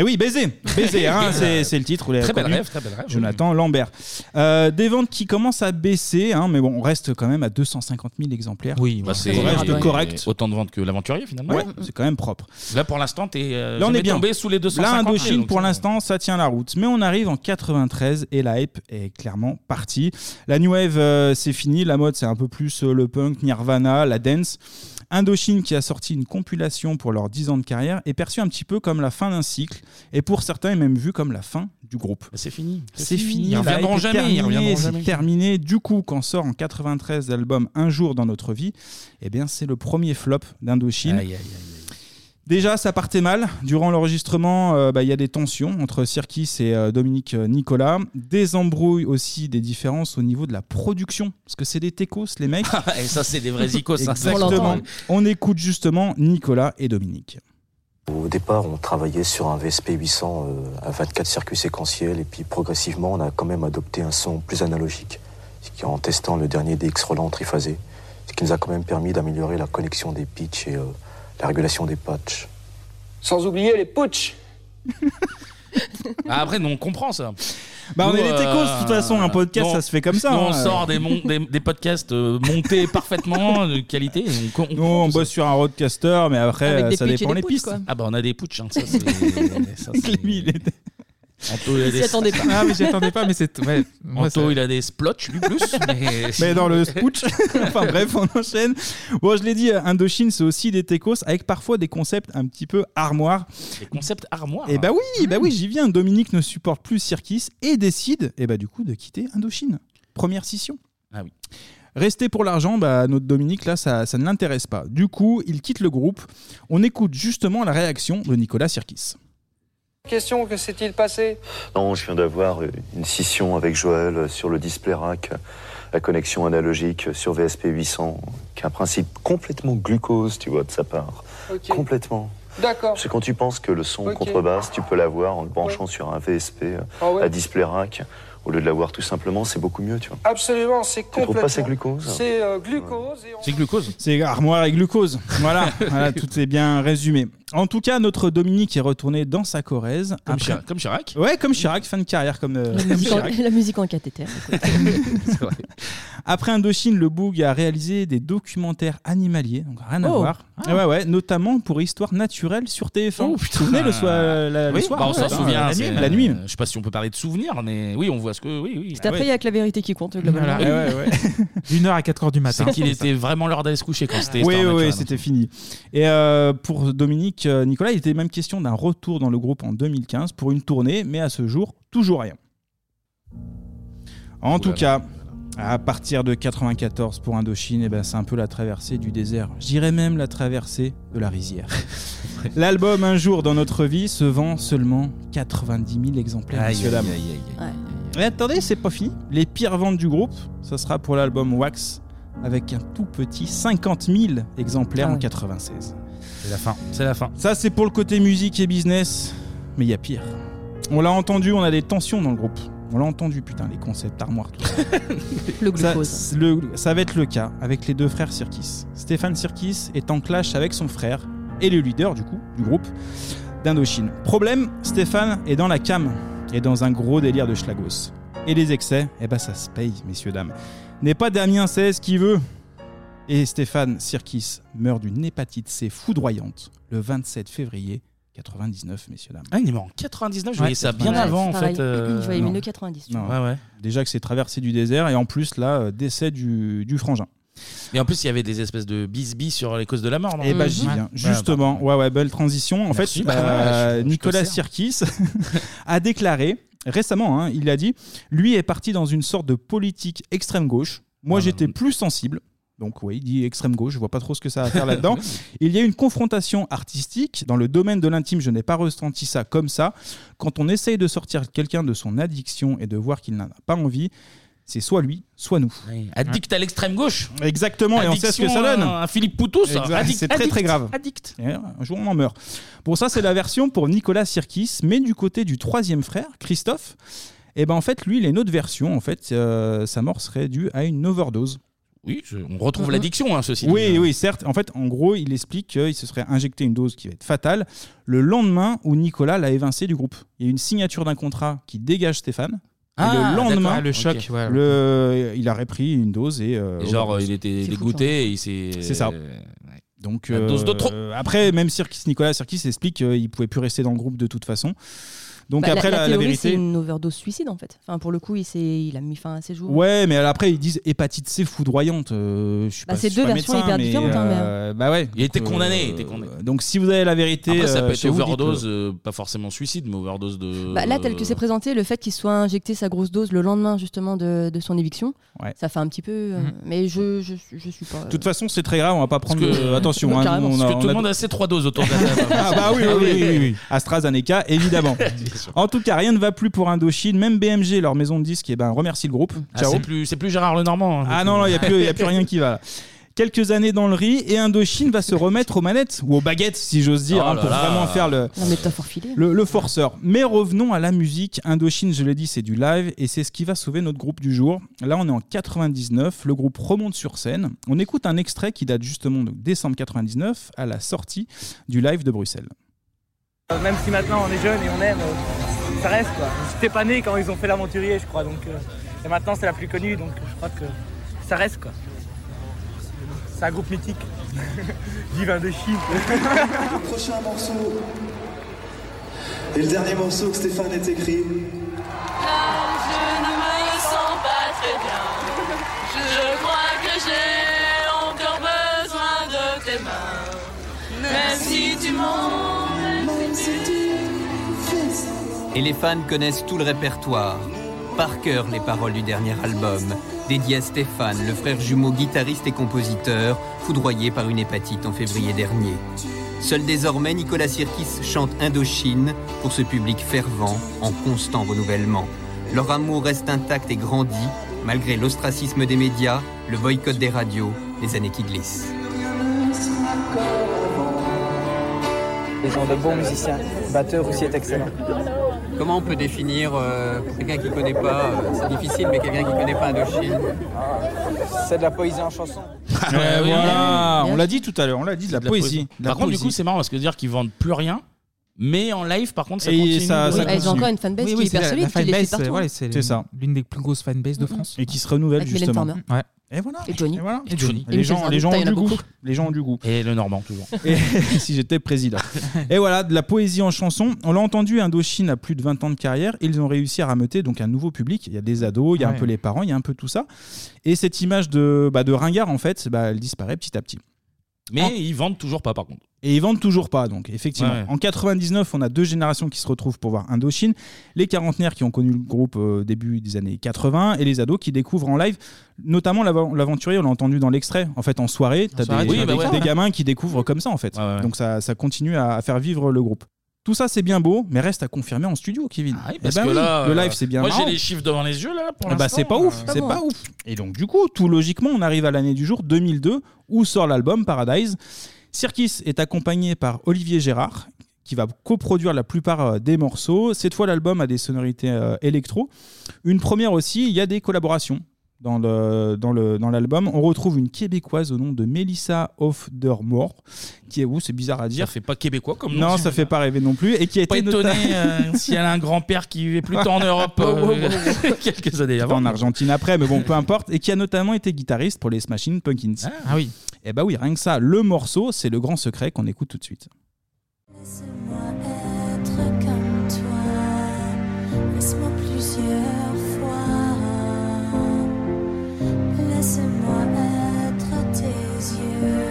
Eh oui, baiser, baiser, hein, c'est c'est le titre. vous l'avez Très belle reconnu. rêve, très belle rêve, oui. Jonathan Lambert. Euh, des ventes qui commencent à baisser, hein, mais bon, on reste quand même à 250 000 exemplaires. Oui, bah, on reste c'est correct. Autant de ventes que l'aventurier finalement. Ouais, c'est quand même propre. Là pour l'instant, t'es euh, Là, on jamais est bien. tombé sous les 250 Là, 000, Indochine, donc euh, pour c'est- l'instant, ça tient la route. Mais on arrive en 93 et la hype est clairement partie. La new wave, euh, c'est fini. La mode, c'est un peu plus euh, le punk, Nirvana, la dance. Indochine, qui a sorti une compilation pour leurs 10 ans de carrière, est perçue un petit peu comme la fin d'un cycle. Et pour certains, est même vue comme la fin du groupe. bah, C'est fini. C'est fini. Ils la reviendront hype est jamais. Ils terminée, reviendront c'est jamais. terminé. Du coup, quand sort en 93 l'album Un jour dans notre vie, eh bien, c'est le premier flop d'Indochine. Aïe, aïe, aïe, Déjà, ça partait mal. Durant l'enregistrement, euh, bah, il y a des tensions entre Sirkis et euh, Dominique euh, Nicolas. Des embrouilles aussi, des différences au niveau de la production. Parce que c'est des techos, les mecs. Et ça, hein, c'est des vrais icos. ça. Exactement. On écoute justement Nicolas et Dominique. Au départ, on travaillait sur un VSP 800 euh, à 24 circuits séquentiels et puis progressivement, on a quand même adopté un son plus analogique, ce qui en testant le dernier DX Roland triphasé, ce qui nous a quand même permis d'améliorer la connexion des pitchs et euh, la régulation des patchs. Sans oublier les putsch. Ah, après, nous, on comprend ça. Bah, on Nous, est les techos, de toute façon, un podcast, nous, on- ça se fait comme ça, nous, hein. on sort des, mon- des, des podcasts euh, montés parfaitement, de qualité. et on co- on Nous, on bosse sur un roadcaster, mais après, euh, ça dépend les pistes. Ah bah on a des putsch, hein, ça c'est. ça, c'est- Anto, il a Il des- s'y attendait pas. Ah oui, j'y attendais pas, mais c'est- ouais, moi, Anto ça- il a des splotch lui plus. Mais, Mais dans le spooch, enfin bref, on enchaîne. Bon, je l'ai dit, Indochine, c'est aussi des techos avec parfois des concepts un petit peu armoires. Des concepts armoires. Et bah oui, bah oui, j'y viens. Dominique ne supporte eh ben, plus Sirkis et décide, et bah du coup, de quitter Indochine. Première scission. Ah oui. Rester pour l'argent, bah, notre Dominique, là, ça, ça ne l'intéresse pas. Du coup, il quitte le groupe. On écoute justement la réaction de Nicolas Sirkis. Question, que s'est-il passé Non, je viens d'avoir une scission avec Joël sur le display rack, la connexion analogique sur VSP 800, qui est un principe complètement glucose, tu vois, de sa part. Ok. Complètement. D'accord. Parce que quand tu penses que le son Ok. contrebasse, tu peux l'avoir en le branchant sur un VSP Ah ouais euh, à display rack, au lieu de l'avoir tout simplement, c'est beaucoup mieux, tu vois. Absolument, c'est trouves pas complètement. c'est glucose C'est euh, glucose. et on- C'est glucose C'est armoire et glucose. Voilà, Voilà, tout est bien résumé. En tout cas, notre Dominique est retourné dans sa Corrèze. Comme Chirac- comme Chirac Ouais, comme Chirac, fin de carrière comme, euh, La comme musique en- Chirac. la musique en cathéter. Ah Après Indochine, le Boug a réalisé des documentaires animaliers, donc rien à Oh. voir. Ah. Ouais, ouais, notamment pour Histoire naturelle sur TF1. Oh, vous vous putain. souvenez le, soir, la- la- le Oui, soir bah, on ouais, s'en hein, souvient. la nuit. c'est- La nuit. Ah, euh, Je sais pas si on peut parler de souvenirs, mais oui, on voit ce que. Oui, oui. Juste après, il y a que la vérité qui compte. globalement. Voilà. Ouais, ouais, ouais. D'une heure à 4 heures du matin. C'est qu'il était vraiment l'heure d'aller se coucher quand c'était. Oui, Histoire oui, naturelle. oui, c'était fini. Et euh, pour Dominique, euh, Nicolas, il était même question d'un retour dans le groupe en 2015 pour une tournée, mais à ce jour, toujours rien. En tout cas, à partir de 94 pour Indochine, eh ben, c'est un peu la traversée du désert. Je dirais même la traversée de la rizière. L'album Un jour dans notre vie se vend seulement 90 000 exemplaires. Aïe, messieurs, aïe, dames. aïe, aïe, Mais attendez, c'est pas fini. Les pires ventes du groupe, ça sera pour l'album Wax, avec un tout petit 50 000 exemplaires Ah en ouais. 96. C'est la fin. C'est la fin. Ça, c'est pour le côté musique et business, mais il y a pire. On l'a entendu, on a des tensions dans le groupe. On l'a entendu, putain, les concepts armoires. Tout ça. le glucose. glucose. Ça, va être le cas avec les deux frères Sirkis. Stéphane Sirkis est en clash avec son frère et le leader du coup du groupe d'Indochine. Problème, Stéphane est dans la cam et dans un gros délire de schlagos. Et les excès, eh ben ça se paye, messieurs dames. N'est pas Damien 16 qui veut. Et Stéphane Sirkis meurt d'une hépatite C foudroyante le 27 février 99, messieurs dames. Ah, il est mort en 99, je Ouais, voyais ça bien 99. avant en Pareil. fait. euh, Je voyais non. 1990. Non. Ouais, ouais. Déjà que c'est traversé du désert et en plus là euh, décès du, du frangin. Et en plus, il y avait des espèces de bis-bis sur les causes de la mort. non Et bah j'y Ouais. bah, viens, Ouais, justement. Ouais, ouais, belle transition. En Merci, fait, bah, euh, ouais, je- je Nicolas te sers. Sirkis a déclaré récemment, hein, il a dit, lui est parti dans une sorte de politique extrême gauche. Moi, j'étais plus sensible. Donc oui, il dit extrême gauche, je vois pas trop ce que ça a à faire là-dedans. Il y a une confrontation artistique dans le domaine de l'intime, je n'ai pas ressenti ça comme ça. Quand on essaye de sortir quelqu'un de son addiction et de voir qu'il n'en a pas envie, c'est soit lui, soit nous. bah. Addict à l'extrême gauche. Exactement, et on sait ce que ça Addiction donne. à- à Philippe Poutou, ça. Exact, Addict, C'est très addict, très grave. addict. Et un jour, on en meurt. Bon, ça, c'est la version pour Nicolas Sirkis, mais du côté du troisième frère, Christophe, et ben en fait, lui, il a une autre version. En fait, euh, sa mort serait due à une overdose. Oui, je- on Mhm. retrouve l'addiction, hein, ceci dit. Oui, oui, certes. En fait, en gros, il explique qu'il se serait injecté une dose qui va être fatale le lendemain où Nicolas l'a évincé du groupe. Il y a une signature d'un contrat qui dégage Stéphane. Et Ah, le lendemain, d'accord, le choc, ok. ouais, ouais. le- il a repris une dose et. euh, Et genre, overdose. il était dégoûté et il s'est. C'est ça. Donc, La dose de trop. euh, après, même Sirkis, Nicolas Sirkis explique qu'il pouvait plus rester dans le groupe de toute façon. Donc Bah, après, la, la théorie, vérité. C'est une overdose suicide en fait. Enfin, pour le coup, il, s'est- il a mis fin à ses jours. Ouais, mais après ils disent hépatite C foudroyante. Euh, je suis Bah, pas- c'est je suis deux pas versions médecin, hyper mais, différentes, hein, euh, bah ouais. Il était Donc, euh, condamné, il était condamné. Donc si vous avez la vérité, Après, ça euh, peut être chez vous, overdose, dites-le. euh, pas forcément suicide, mais overdose de. Bah, là, tel que c'est présenté, le fait qu'il soit injecté sa grosse dose le lendemain justement de, de son éviction, Ouais. Mm. ça fait un petit peu. euh, Mais je, je, je suis pas. De toute façon, c'est très grave. On va pas prendre. que- de- Attention. Parce hein, nous, on a- que tout on a- le monde a ses trois doses autour de la table. Ah bah oui, oui, oui, oui, oui. AstraZeneca, évidemment. en tout cas, rien ne va plus pour Indochine. Même BMG, leur maison de disques, eh ben, remercie le groupe. Ah, Ciao. c'est plus, c'est plus Gérard Lenormand. hein, du Ah coup. non, il n'y a, plus- y a plus rien qui va. Quelques années dans le riz et Indochine va se remettre aux manettes, ou aux baguettes si j'ose dire, Oh hein, là pour là. vraiment faire le, La métaphore filée. le, le forceur. Mais revenons à la musique. Indochine, je l'ai dit, c'est du live et c'est ce qui va sauver notre groupe du jour. Là, on est en 99, le groupe remonte sur scène. On écoute un extrait qui date justement de décembre 99 à la sortie du live de Bruxelles. Euh, Même si maintenant on est jeune et on aime, euh, ça reste quoi. J'étais pas né quand ils ont fait l'aventurier, je crois. Donc, euh, et maintenant c'est la plus connue, donc je crois que ça reste quoi. C'est un groupe mythique. Vive Indochine. Le prochain morceau et le dernier morceau que Stéphane ait écrit. Je ne me sens pas très bien. Je, je crois que j'ai encore besoin de tes mains. Même si tu mens, même si tu fais ça. Et les fans connaissent tout le répertoire. par cœur les paroles du dernier album, dédié à Stéphane, le frère jumeau guitariste et compositeur, foudroyé par une hépatite en février dernier. Seul désormais, Nicolas Sirkis chante Indochine pour ce public fervent, en constant renouvellement. Leur amour reste intact et grandit, malgré l'ostracisme des médias, le boycott des radios, les années qui glissent. Ils sont de bons musiciens. Le batteur aussi est excellent. Comment on peut définir euh, pour quelqu'un qui ne connaît pas, euh, c'est difficile, mais quelqu'un qui ne connaît pas Indochine C'est de la poésie en chanson. Ouais, voilà, Ah, on l'a dit tout à l'heure, on l'a dit, de la, poésie. de la Par contre, du poésie. coup, c'est marrant parce que dire qu'ils vendent plus rien, mais en live, par contre, ça Et continue. ça- ça Ah, ils ont encore une fanbase Oui, qui oui, est hyper c'est la- solide, la qui les fanbase, suit partout. hein. Mhm. euh, voilà, c'est- C'est ça. L'une des plus grosses fanbases de France. Et qui se renouvelle Avec Mylène justement. Farmer. Ouais. Et voilà. Et Johnny. Et Johnny. Les gens, les gens ont du goût. Les gens ont du goût. Et le Normand, toujours. Et si j'étais président. Et voilà, de la poésie en chanson. On l'a entendu, Indochine a plus de 20 ans de carrière. Ils ont réussi à rameuter donc un nouveau public. Il y a des ados, il y a Ouais. un peu les parents, il y a un peu tout ça. Et cette image de, bah, de ringard, en fait, bah, elle disparaît petit à petit. Mais Ah. ils vendent toujours pas, par contre. Et ils vendent toujours pas, donc effectivement. Ouais. En 99, on a deux générations qui se retrouvent pour voir Indochine. Les quarantenaires qui ont connu le groupe euh, début des années 80 et les ados qui découvrent en live, notamment l'av- l'aventurier, on l'a entendu dans l'extrait. En fait, en soirée, t'as soirée, des, tu des- vas des découvrir. gamins qui découvrent comme ça, en fait. Donc ça, ça continue à, à faire vivre le groupe. Tout ça, c'est bien beau, mais reste à confirmer en studio, Kevin. Eh Parce ben que oui, là, le euh, live, c'est bien Moi, j'ai marrant. les chiffres devant les yeux, là, pour Eh ben, l'instant. c'est pas ouf, Euh, c'est pas ouf. Et donc du coup, tout logiquement, on arrive à l'année du jour 2002 où sort l'album Paradise. Circus est accompagné par Olivier Gérard qui va coproduire la plupart euh, des morceaux. Cette fois, l'album a des sonorités euh, électro. Une première aussi, il y a des collaborations. Dans l'album, le, dans le, dans l'album. on retrouve une québécoise au nom de Melissa Hofdermore, qui est où C'est bizarre à Ça dire. fait pas québécois comme nom. non, ça fait pas Oh, rêver non plus. Et qui a Pas été étonné nota- euh, si elle a un grand-père qui vivait plutôt en Europe euh, quelques années C'était avant. en Argentine après, mais bon, peu importe, et qui a notamment été guitariste pour les Smashing Pumpkins. Ah oui. Et bah oui, rien que ça, le morceau, c'est le grand secret qu'on écoute tout de suite. être comme toi. Laisse-moi plusieurs fois. Laisse-moi être tes yeux.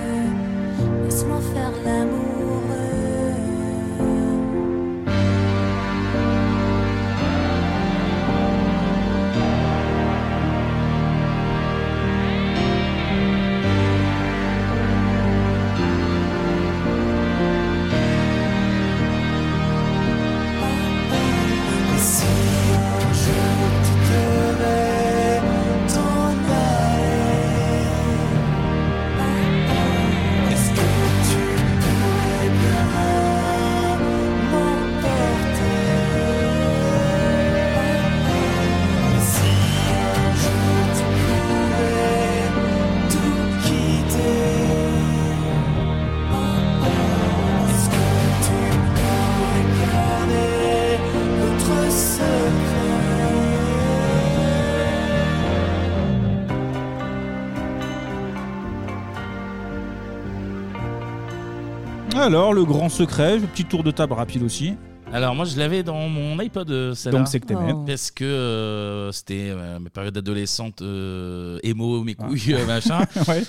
Laisse-moi faire l'amoureux. Si un jour tu devais t'en aller, est-ce que tu pourrais bien m'emporter? Si un jour tu pouvais tout quitter, Oh, est-ce que tu pourrais garder notre secret? Alors, le grand secret, petit tour de table rapide aussi. Alors moi je l'avais dans mon iPod euh, celle-là. Donc, c'est que t'aimais. Oh. Parce que euh, c'était euh, ma période adolescente, euh, émo, Ah. mes couilles, euh, machin.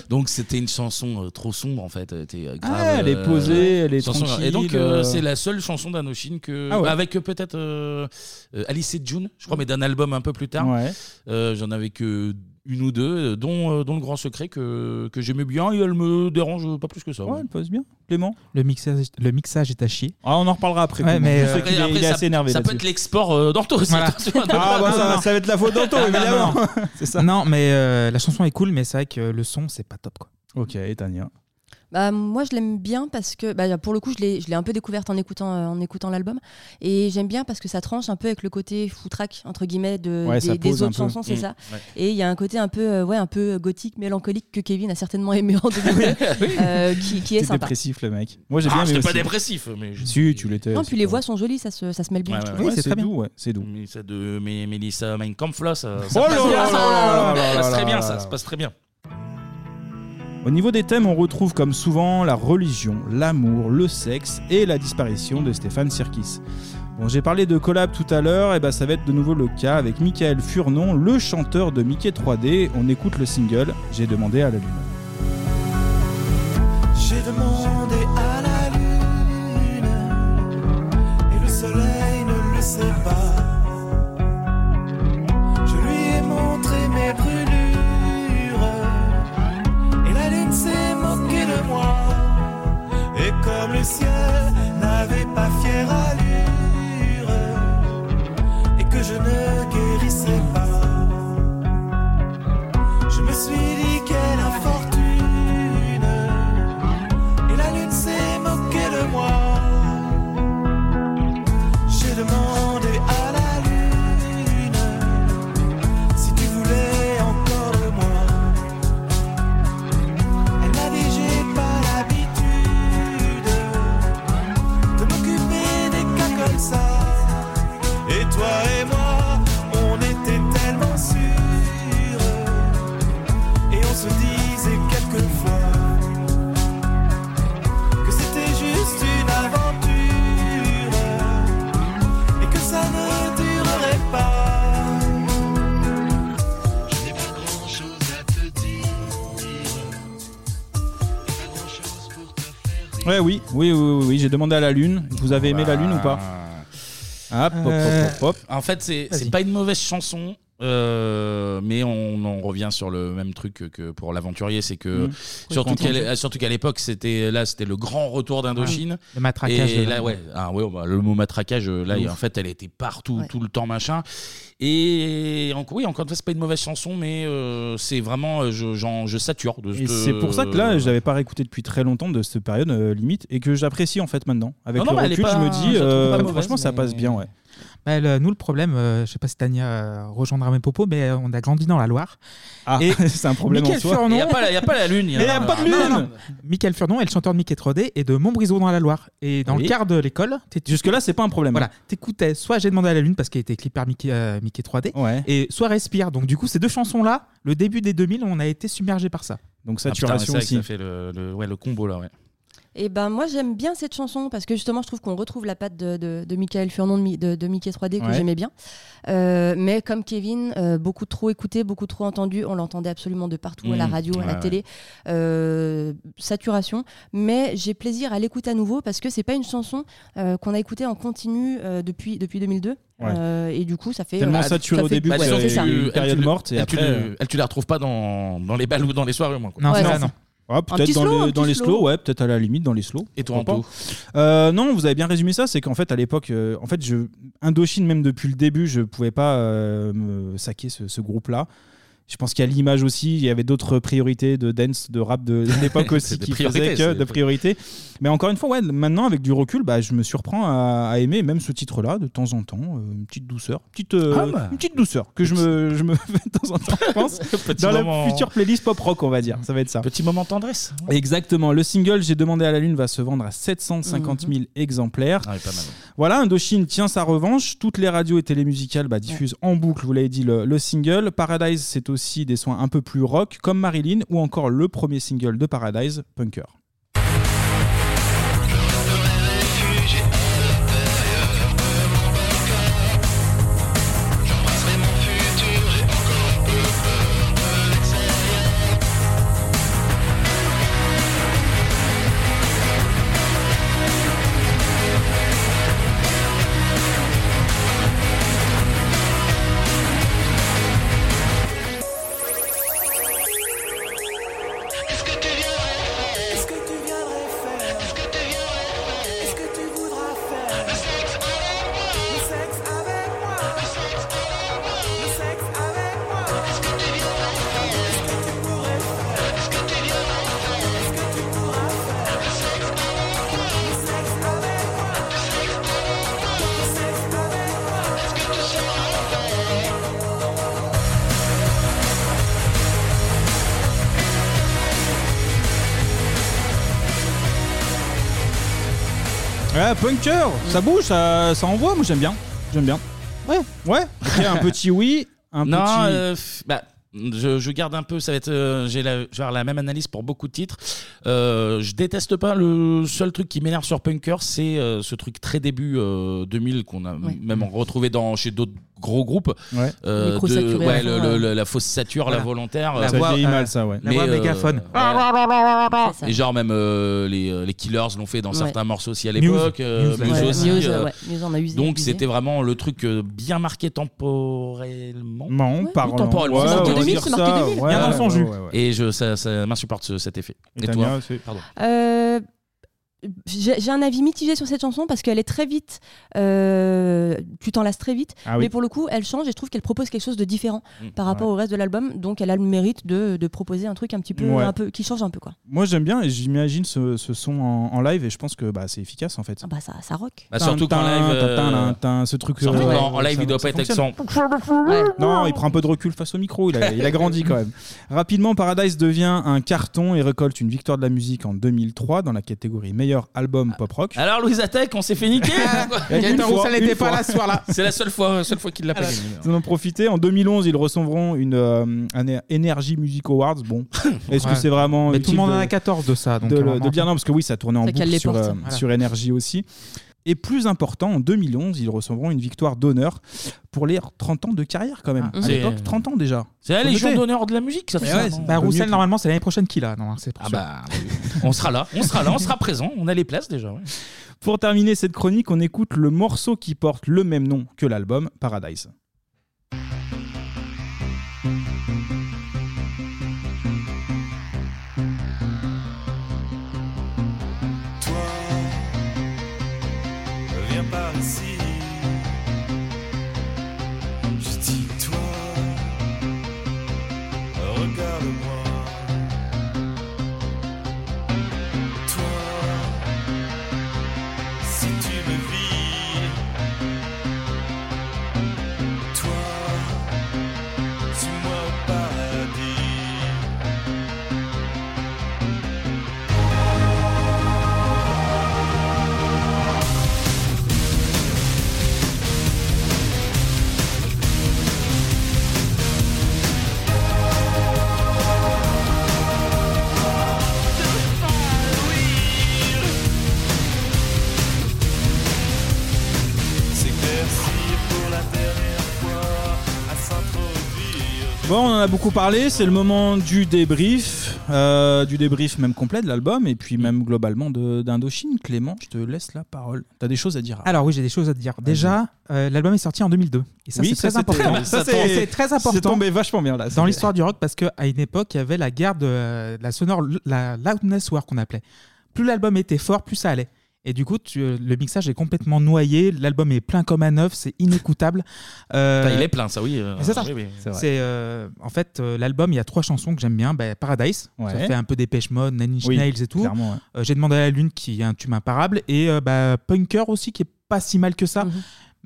Donc c'était une chanson euh, trop sombre en fait. Elle était, euh, grave, Ah, elle est euh, posée, elle est chanson- tranquille, Et donc euh, euh. c'est la seule chanson d'Anochine que... Ah ouais. Avec euh, peut-être euh, euh, Alice et June, je crois, mais d'un album un peu plus tard. Ouais. Euh, J'en avais que une ou deux, euh, dont, euh, dont le grand secret que, que j'aimais bien et elle me dérange pas plus que ça. Ouais, elle pose bien. Clément Le mixage, le mixage est à chier. Ah, on en reparlera après. Ouais, mais euh, Après, après, ça, ça peut être l'export euh, d'Anto aussi. Voilà. attention. Ah, bah, ça, ça va être la faute d'Anto, Ah, non, évidemment. non. C'est ça. Non, mais euh, la chanson est cool, mais c'est vrai que le son, c'est pas top quoi. Ok, et Tania Bah, moi, je l'aime bien parce que, bah, pour le coup, je l'ai je l'ai un peu découverte en écoutant, euh, en écoutant l'album. Et j'aime bien parce que ça tranche un peu avec le côté foutraque, entre guillemets, de, Ouais, ça des, des pose un autres peu. chansons, c'est Mm, ça. ouais. Et il y a un côté un peu, euh, ouais, un peu gothique, mélancolique que Kevin a certainement aimé en 2002, euh, qui, qui est T'es sympa. dépressif, le mec. Moi, j'ai Ah, bien aimé j'étais pas aussi. dépressif, mais je- Si, tu l'étais. Non, puis les voix sont jolies, ça se, ça se mêle bien. je trouve. doux, ouais, c'est doux. Mais ça de mais Mélissa Mein Kampf, là, ça, Oh ça passe là bien, là ça. là là là Ça passe là très là bien, là ça, là. ça passe très bien. Au niveau des thèmes, on retrouve comme souvent la religion, l'amour, le sexe et la disparition de Stéphane Sirkis. Bon, j'ai parlé de collab tout à l'heure, et ben ça va être de nouveau le cas avec Michael Furnon, le chanteur de Mickey 3D. On écoute le single J'ai demandé à la lune. J'ai demandé à la lune et le soleil ne le sait pas. suis dit quelle infortune. Et la lune s'est moquée de moi. J'ai demandé à la lune si tu voulais encore de moi. Elle m'a dit j'ai pas l'habitude de m'occuper des cas comme ça. Et toi et moi, on était tellement sûrs. Et on se disait quelquefois que c'était juste une aventure. Et que ça ne durerait pas. Je n'ai pas grand chose à te dire. Ouais, oui, oui, oui, oui, oui, j'ai demandé à la Lune. Vous avez aimé la Lune ou pas Bah, Ah, Hop, hop, hop, hop, hop. En fait, c'est Vas-y. c'est pas une mauvaise chanson. euh, mais on en revient sur le même truc que- que pour l'aventurier, c'est que Mmh. surtout Faut qu'à entendre. l'é- surtout qu'à l'époque c'était là c'était le grand retour d'Indochine. Ouais. Le matraquage Et euh, de- là ouais, ah ouais, bah, le mot matraquage euh, là De il- ouf. en fait elle était partout Ouais. tout le temps machin. Et en- oui encore une fois c'est pas une mauvaise chanson mais euh, c'est vraiment euh, je, j'en- Euh, je sature de Et cette- euh, c'est pour ça que là, je l'avais pas réécouté depuis très longtemps de cette période euh, limite et que j'apprécie en fait maintenant. Avec Non, non, le mais elle est recul, pas- je me je dis, la trouve euh, pas mauvaise, franchement, ça mais- passe bien, ouais. Bah, le- nous, le problème, euh, je sais pas si Tania euh, rejoindra mes propos, mais euh, on a grandi dans la Loire. Et Ah, c'est un problème en Michael soi. Furnon- Et y a pas la- y a pas la lune, y a- Mais y a Non, non, non. Michael Furnon est le chanteur de Mickey Trodé et de Montbrison dans la Loire. Et dans Oui. le quart de l'école. Jusque-là, c'est pas un problème. Voilà. T'écoutais soit J'ai demandé à la lune parce qu'il était clip par Mickey, euh, Mickey 3D, et soit Respire. Donc, du coup, ces deux chansons-là, le début des 2000, on a été submergé par ça. Donc, Ah, putain, c'est vrai que Ça fait le, le- ouais, le combo là, ouais. Et ben moi j'aime bien cette chanson parce que justement je trouve qu'on retrouve la patte de, de, de Michael Furnon de, Mi- de, de Mickey 3D que Ouais. j'aimais bien. Euh, mais comme Kevin, euh, beaucoup trop écouté, beaucoup trop entendu, on l'entendait absolument de partout, à la Mhm. radio, à la Ouais, télé, Euh, saturation. Mais j'ai plaisir à l'écouter à nouveau parce que c'est pas une chanson euh, qu'on a écoutée en continu euh, depuis, depuis 2002. Ouais. Euh, et du coup ça fait... Tellement euh, saturé ça au fait- début Bah, ouais, que ça fait c'est ça. une Elle, période tu le- morte et elle, après, tu, le- euh, elle, tu la retrouves pas dans, dans les balles ou dans les soirées, au moins. quoi. Non, Ouais, c'est ça, non. non. Ah, peut-être dans, les- dans les slows, ouais, peut-être à la limite dans les slows. Et pourquoi Toronto pas. Euh, Non, vous avez bien résumé ça, c'est qu'en fait à l'époque, euh, en fait, je, Indochine, même depuis le début, je pouvais pas euh, me saquer ce, ce groupe-là. Je pense qu'il y a l'image aussi, il y avait d'autres priorités de dance, de rap de, de l'époque C'est aussi des qui priorités, faisaient que c'est- de priorités. Mais encore une fois, ouais, maintenant avec du recul, bah, je me surprends à, à aimer même ce titre-là de temps en temps, euh, une petite douceur, petite, euh, Ah bah. une petite douceur que je me, je me fais de temps en temps, je pense, Petit dans moment- la future playlist pop rock, on va dire. Ça va être ça. Petit moment tendresse. Exactement. Le single J'ai demandé à la lune va se vendre à 750 000 exemplaires. Ah, ouais, pas mal. Voilà, Indochine tient sa revanche. Toutes les radios et télé musicales bah, diffusent en boucle, vous l'avez dit, le, le single. Paradise, c'est aussi des soins un peu plus rock, comme Marilyn ou encore le premier single de Paradise, Punker. Qu'est-ce que tu viendrais faire Qu'est-ce que tu viendrais faire Qu'est-ce que tu voudras faire Le sexe avec moi Le sexe avec moi Le sexe avec moi Le sexe avec moi Qu'est-ce que tu viendrais faire Qu'est-ce que tu pourrais faire Qu'est-ce que tu viendrais faire Qu'est-ce que tu pourras faire Le sexe avec moi Le sexe avec moi Le sexe avec moi Le sexe avec moi Qu'est-ce que tu sauras faire Ah, Punker, ça bouge, ça, ça envoie, moi j'aime bien. J'aime bien. Ouais. Ouais. Ok, un petit oui, un non, petit. euh, f- bah, je, je garde un peu. Ça va être. euh, J'ai la, je vais avoir la même analyse pour beaucoup de titres. Euh, je déteste pas. Le seul truc qui m'énerve sur Punker, c'est euh, ce truc très début euh, 2000 qu'on a Ouais. même retrouvé dans chez d'autres gros groupes. Ouais. Euh, Micro de- saturé à ouais, fond, le- le- ouais. le- la fausse sature, la Voilà. volontaire. La euh, Ça voix, vieillit euh, mal, ça, ouais. la voix mégaphone. Ah, Et genre même euh, les, euh, les Killers l'ont fait dans Ouais. certains morceaux aussi à Muse. l'époque. euh, Muse, Muse ouais. aussi, Muse, euh, ouais. Muse en a usé, Donc abusé. c'était vraiment le truc euh, bien marqué temporellement. Non, Oui, par- temporellement. ouais, euh, on ouais, peut ouais, dire c'est ça, marqué 2000. Bien dans son jus. Et je, ça, ça m'insupporte ce- cet effet. Et Et, Tania toi aussi. Pardon. Euh, j'ai j'ai un avis mitigé sur cette chanson parce qu'elle est très vite, euh, tu t'en lasses très vite, Ah oui. mais pour le coup, elle change et je trouve qu'elle propose quelque chose de différent Mm, par rapport ouais. au reste de l'album, donc elle a le mérite de, de proposer un truc un petit peu, Ouais. un peu qui change un peu quoi. Moi j'aime bien et j'imagine ce, ce son en, en live et je pense que bah, c'est efficace en fait. bah ça, ça rock. Bah, surtout qu'en live, euh, ce truc. euh, surtout qu'en- en live, il doit pas être avec fonctionne. Non, il prend un peu de recul face au micro, il a, il a grandi quand même. Rapidement, Paradise devient un carton et récolte une victoire de la musique en 2003 dans la catégorie meilleur Ah. album pop rock. Alors, Louise Attaque, on s'est fait niquer hein, quoi. Gaëtan Une Roussel fois, n'était une pas fois. là ce soir-là. C'est la seule fois, seule fois qu'il l'a pas gagné. Ils en ont profité. En 2011, ils recevront une euh, un Energy Music Awards. Bon, est-ce que Ouais. c'est vraiment. Mais tout le utile monde en de- a 14 de ça, donc euh, de, le- vraiment. de bien. Non, parce que oui, ça tournait en Ça cale boucle les sur, portes. euh, Voilà. sur Energy aussi. Et plus important, en 2011, ils recevront une victoire d'honneur pour les 30 ans de carrière quand même. Ah, à c'est- l'époque, 30 ans déjà. C'est la Faut Légion noter. d'honneur de la musique, ça fait Mais ça, ouais, non c'est- Bah, vaut mieux Roussel, que- normalement, c'est l'année prochaine qu'il a. Non, c'est pour Ah sûr. bah, On sera là, on sera là, on sera présent, on a les places déjà. ouais. Pour terminer cette chronique, on écoute le morceau qui porte le même nom que l'album, Paradise. Viens par ici. Je dis toi, regarde-moi. Toi, si tu me vis. Toi, suis-moi au paradis. S'éclaircir pour la dernière fois à s'introduire. Bon, on en a beaucoup parlé, c'est le moment du débrief, euh, du débrief même complet de l'album, et puis même globalement de- d'Indochine. Clément, je te laisse la parole. T'as des choses à dire Alors oui, j'ai des choses à te dire. Déjà, euh, l'album est sorti en 2002. Et ça, Oui, c'est ça, très important. c'était- euh, ça, c'est- c'est très c'est important. tombé vachement bien, là. Dans l'histoire du rock, parce qu'à une époque, il y avait la guerre de euh, la sonore, la loudness war qu'on appelait. Plus l'album était fort, plus ça allait. Et du coup, tu- le mixage est complètement noyé. L'album est plein comme un neuf, c'est inécoutable. Euh, Enfin, il est plein, ça oui. euh, mais c'est ça. oui, oui. C'est euh, en fait euh, l'album. Il y a trois chansons que j'aime bien. Bah, Paradise, Ouais. ça fait un peu Dépêche Mode, Nine Inch Oui, Nails et tout. clairement, ouais. Euh, J'ai demandé à la lune qui est un tube imparable et euh, bah, Punker aussi qui est pas si mal que ça. Mhm.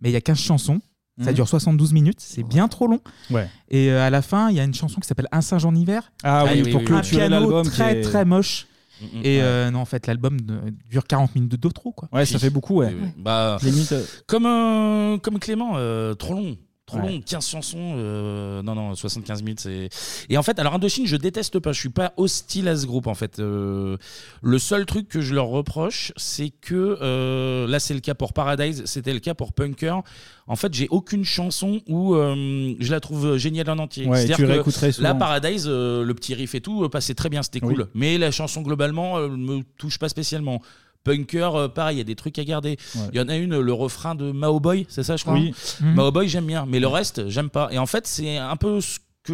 Mais il y a 15 chansons. Ça Mhm. dure 72 minutes, c'est bien trop long. Ouais. Et euh, à la fin, il y a une chanson qui s'appelle Un singe en hiver. Ah oui, pour un clôturer piano l'album qui Très est- très moche. Mhm, Et euh, non, en fait, l'album euh, dure 40 minutes de trop quoi. Ouais, ça fait beaucoup, ouais. Bah, Limite, comme, euh, comme Clément, euh, trop long. Trop Ouais. long, 15 chansons, euh, non, non, 75 minutes, c'est. Et en fait, alors Indochine, je déteste pas, je suis pas hostile à ce groupe en fait. Euh, le seul truc que je leur reproche, c'est que euh, là, c'est le cas pour Paradise, c'était le cas pour Punker. En fait, j'ai aucune chanson où euh, je la trouve géniale en entier. Ouais, C'est-à-dire tu que réécouterais Là, souvent. Paradise, euh, le petit riff et tout, euh, passait très bien, c'était Oui. cool. Mais la chanson globalement euh, me touche pas spécialement. Punker, euh, pareil, il y a des trucs à garder. Il Ouais. y en a une, le refrain de Mao Boy, c'est ça, je crois. Oui. hein Mhm. Mao Boy, j'aime bien, mais le reste, j'aime pas. Et en fait, c'est un peu ce que,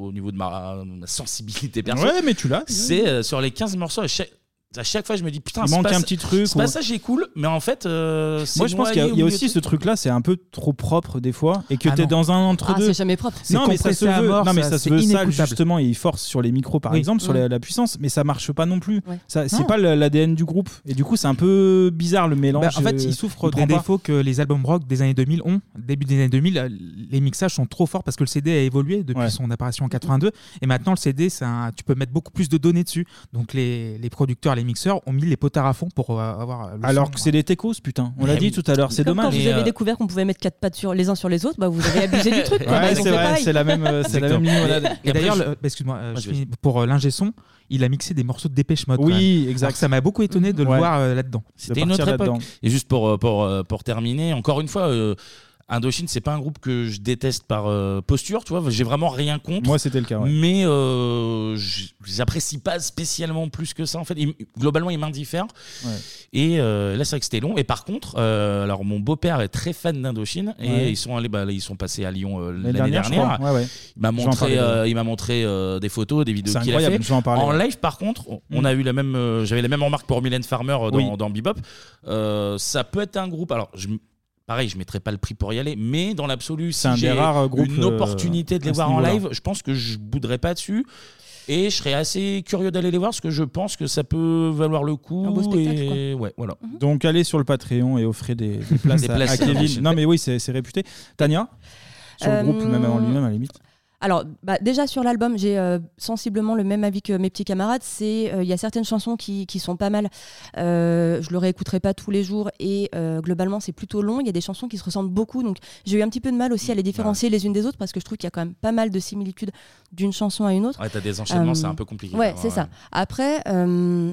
au niveau de ma, ma sensibilité personnelle. Ouais, mais tu l'as. C'est euh, sur les 15 morceaux, à chaque, à chaque fois, je me dis putain, Il ce manque un passe- petit truc Ce ou- passage est cool, mais en fait, euh, c'est Moi, je pense qu'il y a, noyé au il y a milieu aussi de ce truc-là, c'est un peu trop propre des fois, et que Ah t'es non. dans un entre deux. Ah, c'est jamais propre. C'est Non, mais ça se compressé à veut, mort, non, mais ça, ça se c'est veut sale inécoutable. justement, et ils forcent sur les micros par Oui. exemple, sur Ouais. la, la puissance, mais ça marche pas non plus. Ça, c'est Non. pas le- l'ADN du groupe, et du coup, c'est un peu bizarre le mélange. Bah, en fait, euh, ils souffrent prend des pas. défauts que les albums rock des années 2000 ont. Début des années 2000, euh, les mixages sont trop forts parce que le CD a évolué depuis son apparition en 82. Et maintenant, le CD, c'est un- tu peux mettre beaucoup plus de données dessus. Donc, les, les producteurs, les mixeurs ont mis les potards à fond pour euh, avoir le Alors son. que c'est euh, des techos, putain. On l'a Mais dit oui. tout à l'heure, c'est Comme dommage. Quand vous avez découvert qu'on pouvait mettre quatre pattes sur les uns sur les autres, bah vous avez abusé du truc. Ouais, quand même, c'est on fait vrai, pareil. c'est la même, euh, c'est la même limonade. Et d'ailleurs, le- bah, excuse-moi, euh, je finis. pour euh, l'ingé son, il a mixé des morceaux de Dépêche Mode. Oui, quand même. exact. Alors que Ça m'a beaucoup étonné de le Ouais. voir euh, là-dedans. C'était une autre époque. Et juste pour, euh, pour, euh, pour terminer, encore une fois, euh, Indochine, c'est pas un groupe que je déteste par euh, posture, tu vois. J'ai vraiment rien contre. Moi, c'était le cas. ouais. Mais euh, j- j'apprécie pas spécialement plus que ça. En fait, Il- globalement, il m'indiffère. Ouais. Et euh, là, c'est vrai que c'était long. Et par contre, euh, alors mon beau-père est très fan d'Indochine et Ouais. ils sont allés, bah, là, ils sont passés à Lyon euh, L'année l'année dernière, dernière. je crois. Ouais, ouais. Il m'a Je vais en parler, montré, euh, ouais. il m'a montré euh, des photos, des vidéos C'est qu'il a incroyable, fait. je vais en parler, En ouais. live, par contre, on- Mm. on a eu la même, euh, j'avais la même remarque pour Mylène Farmer euh, dans, Oui. dans Bebop. Euh, ça peut être un groupe. Alors, je m- Pareil, je mettrai pas le prix pour y aller, mais dans l'absolu, si C'est un des j'ai rares, euh, groupes, une euh, opportunité de les à ce voir en niveau-là. live, je pense que je bouderai pas dessus. Et je serais assez curieux d'aller les voir parce que je pense que ça peut valoir le coup. et... ouais, voilà. Donc allez sur le Patreon et offrez des, des places, Des à- places à, à Kevin. Indochine. Non mais oui, c'est c'est réputé. Tania, sur Euh, le groupe, même en lui-même à la limite. Alors, bah, déjà sur l'album, j'ai euh, sensiblement le même avis que mes petits camarades. C'est, euh, il y a certaines chansons qui, qui sont pas mal. Euh, je le réécouterai pas tous les jours et euh, globalement, c'est plutôt long. Il y a des chansons qui se ressemblent beaucoup, donc j'ai eu un petit peu de mal aussi à les différencier les unes des autres parce que je trouve qu'il y a quand même pas mal de similitudes d'une chanson à une autre. Ouais, t'as des enchaînements, c'est un peu compliqué. Euh, Ouais, Ouais, c'est ouais. ça. Après, euh,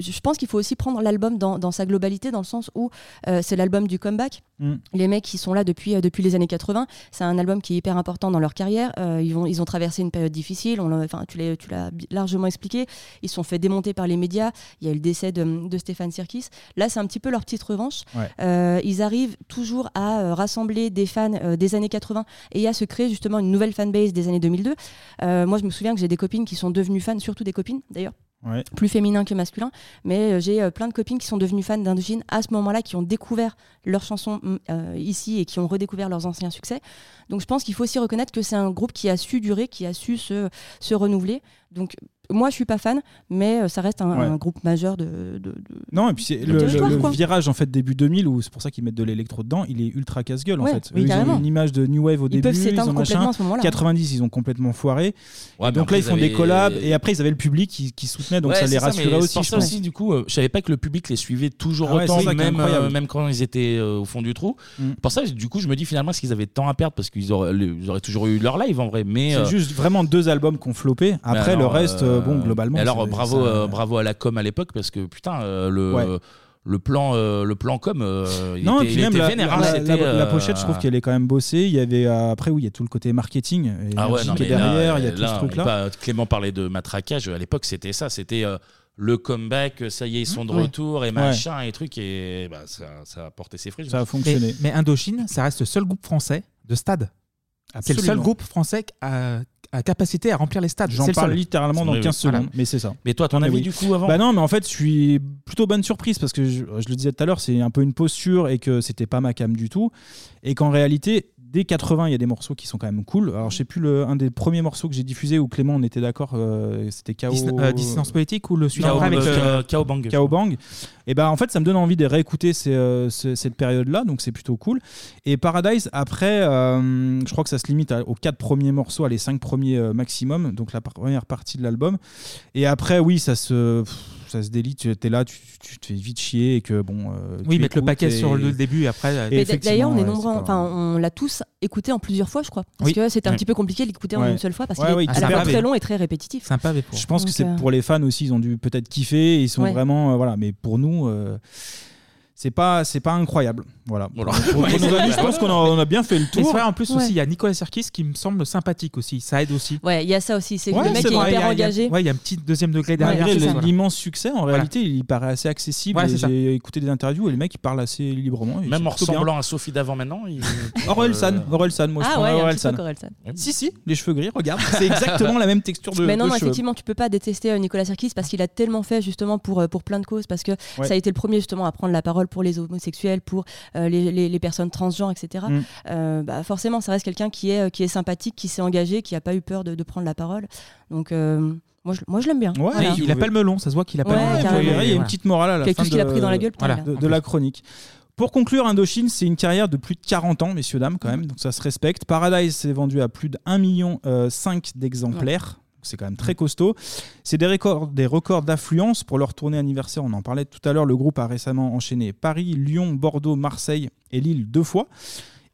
je pense qu'il faut aussi prendre l'album dans, dans sa globalité, dans le sens où euh, c'est l'album du comeback. Mm. Les mecs, qui sont là depuis, euh, depuis les années 80. C'est un album qui est hyper important dans leur carrière. Euh, ils, vont, ils ont traversé une période difficile. On l'a- enfin, tu l'as tu l'as bi- largement expliqué. Ils se sont fait démonter par les médias. Il y a eu le décès de, de Stéphane Sirkis. Là, c'est un petit peu leur petite revanche. Ouais. Euh, ils arrivent toujours à euh, rassembler des fans euh, des années 80 et à se créer justement une nouvelle fanbase des années 2002. Euh, moi, je me souviens que j'ai des copines qui sont devenues fans, surtout des copines d'ailleurs Ouais. plus féminin que masculin, mais euh, j'ai euh, plein de copines qui sont devenues fans d'Indochine à ce moment-là, qui ont découvert leurs chansons mm, euh, ici et qui ont redécouvert leurs anciens succès. Donc je pense qu'il faut aussi reconnaître que c'est un groupe qui a su durer, qui a su se, se renouveler. Donc moi je suis pas fan, mais euh, ça reste un, Ouais. un groupe majeur de. de- de- Non, et puis c'est de le, le- territoire, le quoi. virage en fait début 2000 où c'est pour ça qu'ils mettent de l'électro dedans, il est ultra casse-gueule Ouais, en fait. oui, ils ont carrément. une image de new wave au Ils début, peuvent s'éteindre ont machin. complètement à ce moment-là. 90, ils ont complètement foiré. Ouais, Et Ah, mais donc là après, ils font ils des avaient- collabs et après ils avaient le public qui, qui soutenait donc Ouais, ça c'est les mais rassurait c'est aussi. pour je ça pense. aussi, du coup, euh, je savais pas que le public les suivait toujours Ah ouais, autant, c'est ça qui est même, incroyable. euh, même quand ils étaient euh, au fond du trou. Mm. Pour ça, du coup, je me dis finalement, est-ce qu'ils avaient tant à perdre Parce qu'ils auraient, ils auraient toujours eu leur live en vrai. Mais, C'est euh, juste vraiment deux albums qu'on flopé. mais Après le alors, reste, euh, euh, bon globalement. et Alors, c'est- bravo, ça- euh, bravo à la com à l'époque, parce que putain, euh, le. Ouais. Le plan, euh, le plan com, euh, il Non, était, et puis il même était la, vénère, hein, la- la- c'était, la- la euh, pochette, je trouve qu'elle est quand même bossée. Il y avait euh, après oui, il y a tout le côté marketing, et Ah ouais, Energy non, qui est mais là, derrière, il y a là, tout ce on truc peut pas- Clément parlait de matraquage, à l'époque c'était ça, c'était euh, le comeback, euh, ça y est, ils sont de Ouais. retour et Ouais. machin et truc, et bah, ça, ça a porté ses fruits. Mais, mais Indochine, ça reste le seul groupe français de stade. C'est le seul Absolument. groupe français qui a, a capacité à remplir les stades. J'en C'est le parle seul. littéralement dans 15 Voilà. secondes, mais c'est ça. Mais toi, ton Mais avis oui. du coup avant Bah non, mais en fait, je suis plutôt bonne surprise parce que je, je le disais tout à l'heure, c'est un peu une posture et que c'était pas ma cam du tout. Et qu'en réalité, dès 80, il y a des morceaux qui sont quand même cool. Alors, je sais plus, le, un des premiers morceaux que j'ai diffusé où Clément, on était d'accord, euh, c'était KO. Dis- euh, Dissidence politique ou le suivant Non, après avec euh, euh, K.O. Bang. K.O. Bang. Et ben en fait, ça me donne envie de réécouter ces, euh, ce- cette période-là, donc c'est plutôt cool. Et Paradise, après, euh, je crois que ça se limite à- aux quatre premiers morceaux, à les cinq premiers euh, maximum, donc la par- première partie de l'album. Et après, oui, ça se, pff, ça se délite. Tu es là, tu, tu te fais vite chier et que bon. euh, Oui, tu mettre le écoutes paquet et- sur le début et après, euh, Mais Mais et d- effectivement, D'ailleurs, on est ouais, nombreux, c'est pas- enfin, on l'a tous écouté en plusieurs fois, je crois. Parce Oui. que c'était un Ouais. petit peu compliqué de l'écouter Ouais. en une seule fois parce Ouais, qu'il ouais, est il à la perd fois des- très long et très répétitif. C'est un pavé Je pense que Donc, c'est euh, pour les fans aussi, ils ont dû peut-être kiffer, ils sont Ouais. vraiment euh, voilà, mais pour nous euh, c'est pas c'est pas incroyable. Voilà. Voilà. Donc, pour- pour nos amis, je pense qu'on a, on a bien fait le Mais c'est tour. vrai, en plus Ouais. aussi, il y a Nicolas Serkis qui me semble sympathique aussi. Ça aide aussi. Ouais, il y a ça aussi. C'est que le mec c'est est vrai, il y hyper a- il y a- engagé. Ouais, il y a un petit deuxième degré derrière. Malgré c'est ça, le- voilà. l'immense succès, en réalité, il paraît assez accessible. Voilà, et c'est ça. J'ai écouté des interviews et le mec il parle assez librement. et c'est Même en plutôt bien. ressemblant à Sophie d'avant maintenant. il- euh, Orelsan, Euh. Orelsan, moi je Ah prends ouais, il y a un Orelsan. petit truc Orelsan. Si, si, les cheveux gris, regarde, c'est exactement la même texture de, Mais non, de non, cheveux. effectivement, tu peux pas détester euh, Nicolas Sarkis parce qu'il a tellement fait justement pour, euh, pour plein de causes, parce que Ouais. ça a été le premier justement à prendre la parole pour les homosexuels, pour euh, les, les- les personnes transgenres, etc. Mm. Euh, bah, forcément, ça reste quelqu'un qui est, euh, qui est sympathique, qui s'est engagé, qui a pas eu peur de, de prendre la parole. Donc, euh, moi, je, moi, je l'aime bien. Ouais, Voilà. Il appelle melon, ça se voit qu'il appelle Ouais, melon. carrément. Il y a une petite morale à la Avec fin tout ce qu'il de- a pris dans la gueule, putain, voilà, il a- de, de la chronique. Pour conclure, Indochine, c'est une carrière de plus de 40 ans, messieurs, dames, quand même, donc ça se respecte. Paradise s'est vendu à plus de 1,5 million euh, cinq d'exemplaires. donc C'est quand même très costaud. C'est des records, des records d'affluence pour leur tournée anniversaire. On en parlait tout à l'heure. Le groupe a récemment enchaîné Paris, Lyon, Bordeaux, Marseille et Lille deux fois.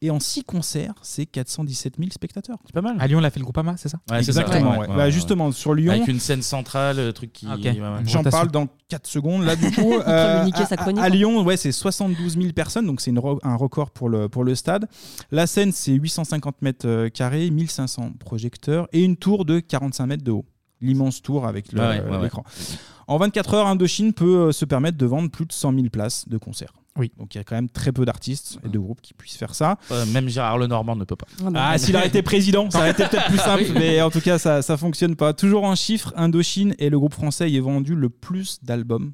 Et en 6 concerts, c'est 417 000 spectateurs. C'est pas mal. À Ah, Lyon, on a fait le Groupama, c'est ça Ouais, Ah, c'est ça. Exactement. Ouais, ouais. ouais, Bah, ouais. justement, sur Lyon. Avec une scène centrale, euh, truc qui. Ok. ouais, ouais. J'en parle dans 4 secondes. Là, du coup, Euh, En train de niquer à, sa à- chronique. hein. à Lyon, ouais, c'est 72 000 personnes, donc c'est une ro- un record pour le, pour le stade. La scène, c'est 850 mètres euh, carrés, 1500 projecteurs et une tour de 45 mètres de haut. L'immense tour avec le- Ouais, ouais, ouais, l'écran. En 24 heures, Indochine peut euh, se permettre de vendre plus de 100 000 places de concert. Oui. Donc il y a quand même très peu d'artistes et de groupes qui puissent faire ça. Euh, même Gérard Lenormand ne peut pas. Ah, s'il aurait été président, ça aurait été peut-être plus simple, Oui. mais en tout cas, ça, ça fonctionne pas. Toujours en chiffres, Indochine est le groupe français ayant vendu le plus d'albums.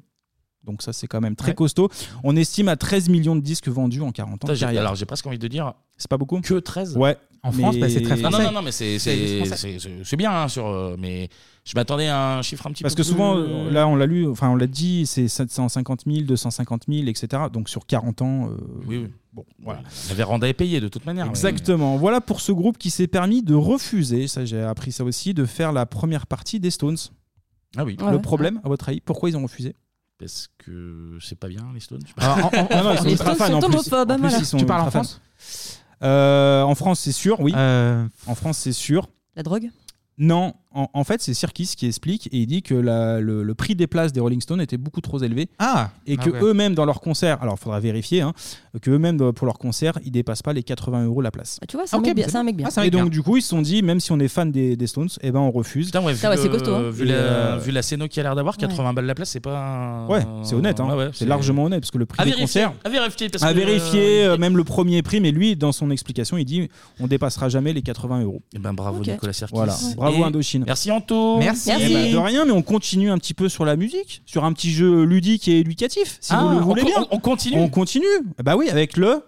Donc ça, c'est quand même très Ouais. costaud. On estime à 13 millions de disques vendus en 40 ans. Putain, de j'ai- carrière. alors j'ai presque envie de dire. C'est pas beaucoup Que 13 Ouais. En France, bah, c'est très Ah, non, français. non, non, mais c'est C'est juste c'est- français. c'est- c'est- c'est bien, hein, sur, euh, mais je m'attendais à un chiffre un petit Parce peu que plus- souvent, euh, là, on l'a lu, enfin, on l'a dit, c'est 750 000, 250 000, etc. Donc sur 40 ans. euh, Oui, oui. Bon, voilà. La véranda est payée de toute manière. mais- Exactement. Voilà pour ce groupe qui s'est permis de refuser, ça j'ai appris ça aussi, de faire la première partie des Stones. Ah oui. Le problème, à votre avis, pourquoi ils ont refusé Parce que c'est pas bien, les Stones. je sais Ah, pas. en- en- non, non, ils sont ultra fans, en plus. En plus, ils sont Tu parles en ultra fans. France Euh, En France, c'est sûr, oui. Euh, En France, c'est sûr. La drogue Non, en, en fait, c'est Sirkis qui explique et il dit que la- le, le prix des places des Rolling Stones était beaucoup trop élevé. Ah Et Ah que ouais. eux-mêmes, dans leur concert, alors il faudra vérifier, hein, que eux-mêmes, dans- pour leur concert, ils dépassent pas les 80 euros la place. tu vois, c'est un Ah, ok, mec bien- c'est un mec bien. Ah, c'est un et mec donc, bien. du coup, ils se sont dit, même si on est fan des, des Stones, eh ben, on refuse. Putain, ouais, vu, Putain, ouais, c'est le- costaud, hein. vu, Et, la, euh, vu la scéno qu'il a l'air d'avoir, 80 balles la place, c'est pas. Ouais, c'est honnête, hein. Ouais, ouais, c'est largement honnête parce que le prix À des vérifier, concerts. à vérifier, parce à que, vérifier, euh, même le premier prix, mais lui, dans son explication, il dit on dépassera jamais les 80 euros. Et ben bravo Ok. Nicolas Sirkis. Voilà, Ouais. bravo Et Indochine. Merci Anto. Merci. Eh ben, de rien, mais on continue un petit peu sur la musique, sur un petit jeu ludique et éducatif, si Ah, vous le on voulez co- bien. on- on continue On continue. Bah oui, avec le.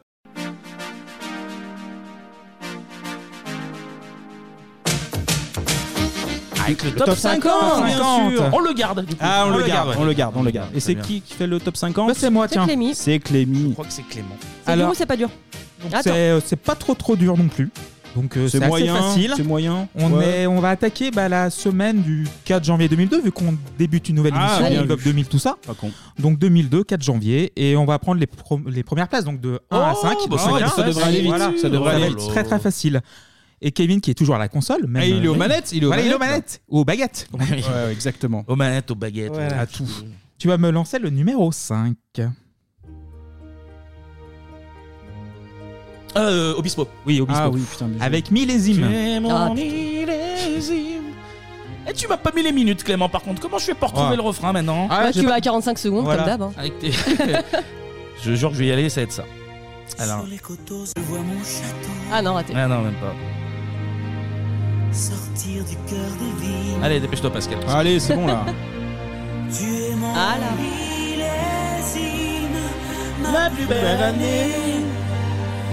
Avec le, top 50, bien bien sûr. sûr. On le garde. du coup. Ah, on, le garde, ouais. on le garde, on le Très garde. Et c'est bien. qui qui fait le top 50 Bah, c'est moi, C'est tiens. Clémy. C'est Clémy. Je crois que c'est Clément. C'est Alors- dur ou c'est pas dur Attends. C'est euh, c'est pas trop trop dur non plus. Donc euh, C'est c'est assez moyen, facile. c'est moyen. On, Ouais. est, on va attaquer bah, la semaine du 4 janvier 2002 vu qu'on débute une nouvelle Ah, émission, bien on évoque vu. 2000 tout ça. Pas con. Donc 2002, 4 janvier et on va prendre les, pro- les premières places donc de 1 Ah, à Oh, 5. bah, ça va, ça devrait aller vite, ça devrait va aller être vite. très très facile. Et Kevin qui est toujours à la console. Même, Ah, il est aux euh, manettes, il est aux Voilà, manettes. aux baguettes. comme on dit. Ah, Ouais, exactement. Aux manettes, aux baguettes. Voilà. aux- À tout. Tu vas me lancer le numéro 5. Euh, Obispo. Oui, Obispo. Ah oui, putain, bien joué. Avec millésime. J'ai mon Ah, millésime. Et tu m'as pas mis les minutes, Clément, par contre. Comment je fais pour retrouver Ouais. le refrain maintenant Ah. Bah, tu vas à 45 secondes Voilà. comme d'hab. hein. Avec tes- Je jure que je vais y aller, ça va être ça. Alors. Ah non, raté. Ah non, même pas. Sortir du cœur des villes. Allez, dépêche-toi, Pascal. Allez, c'est bon là. Tu es mon Ah là. millésime, ma plus belle année.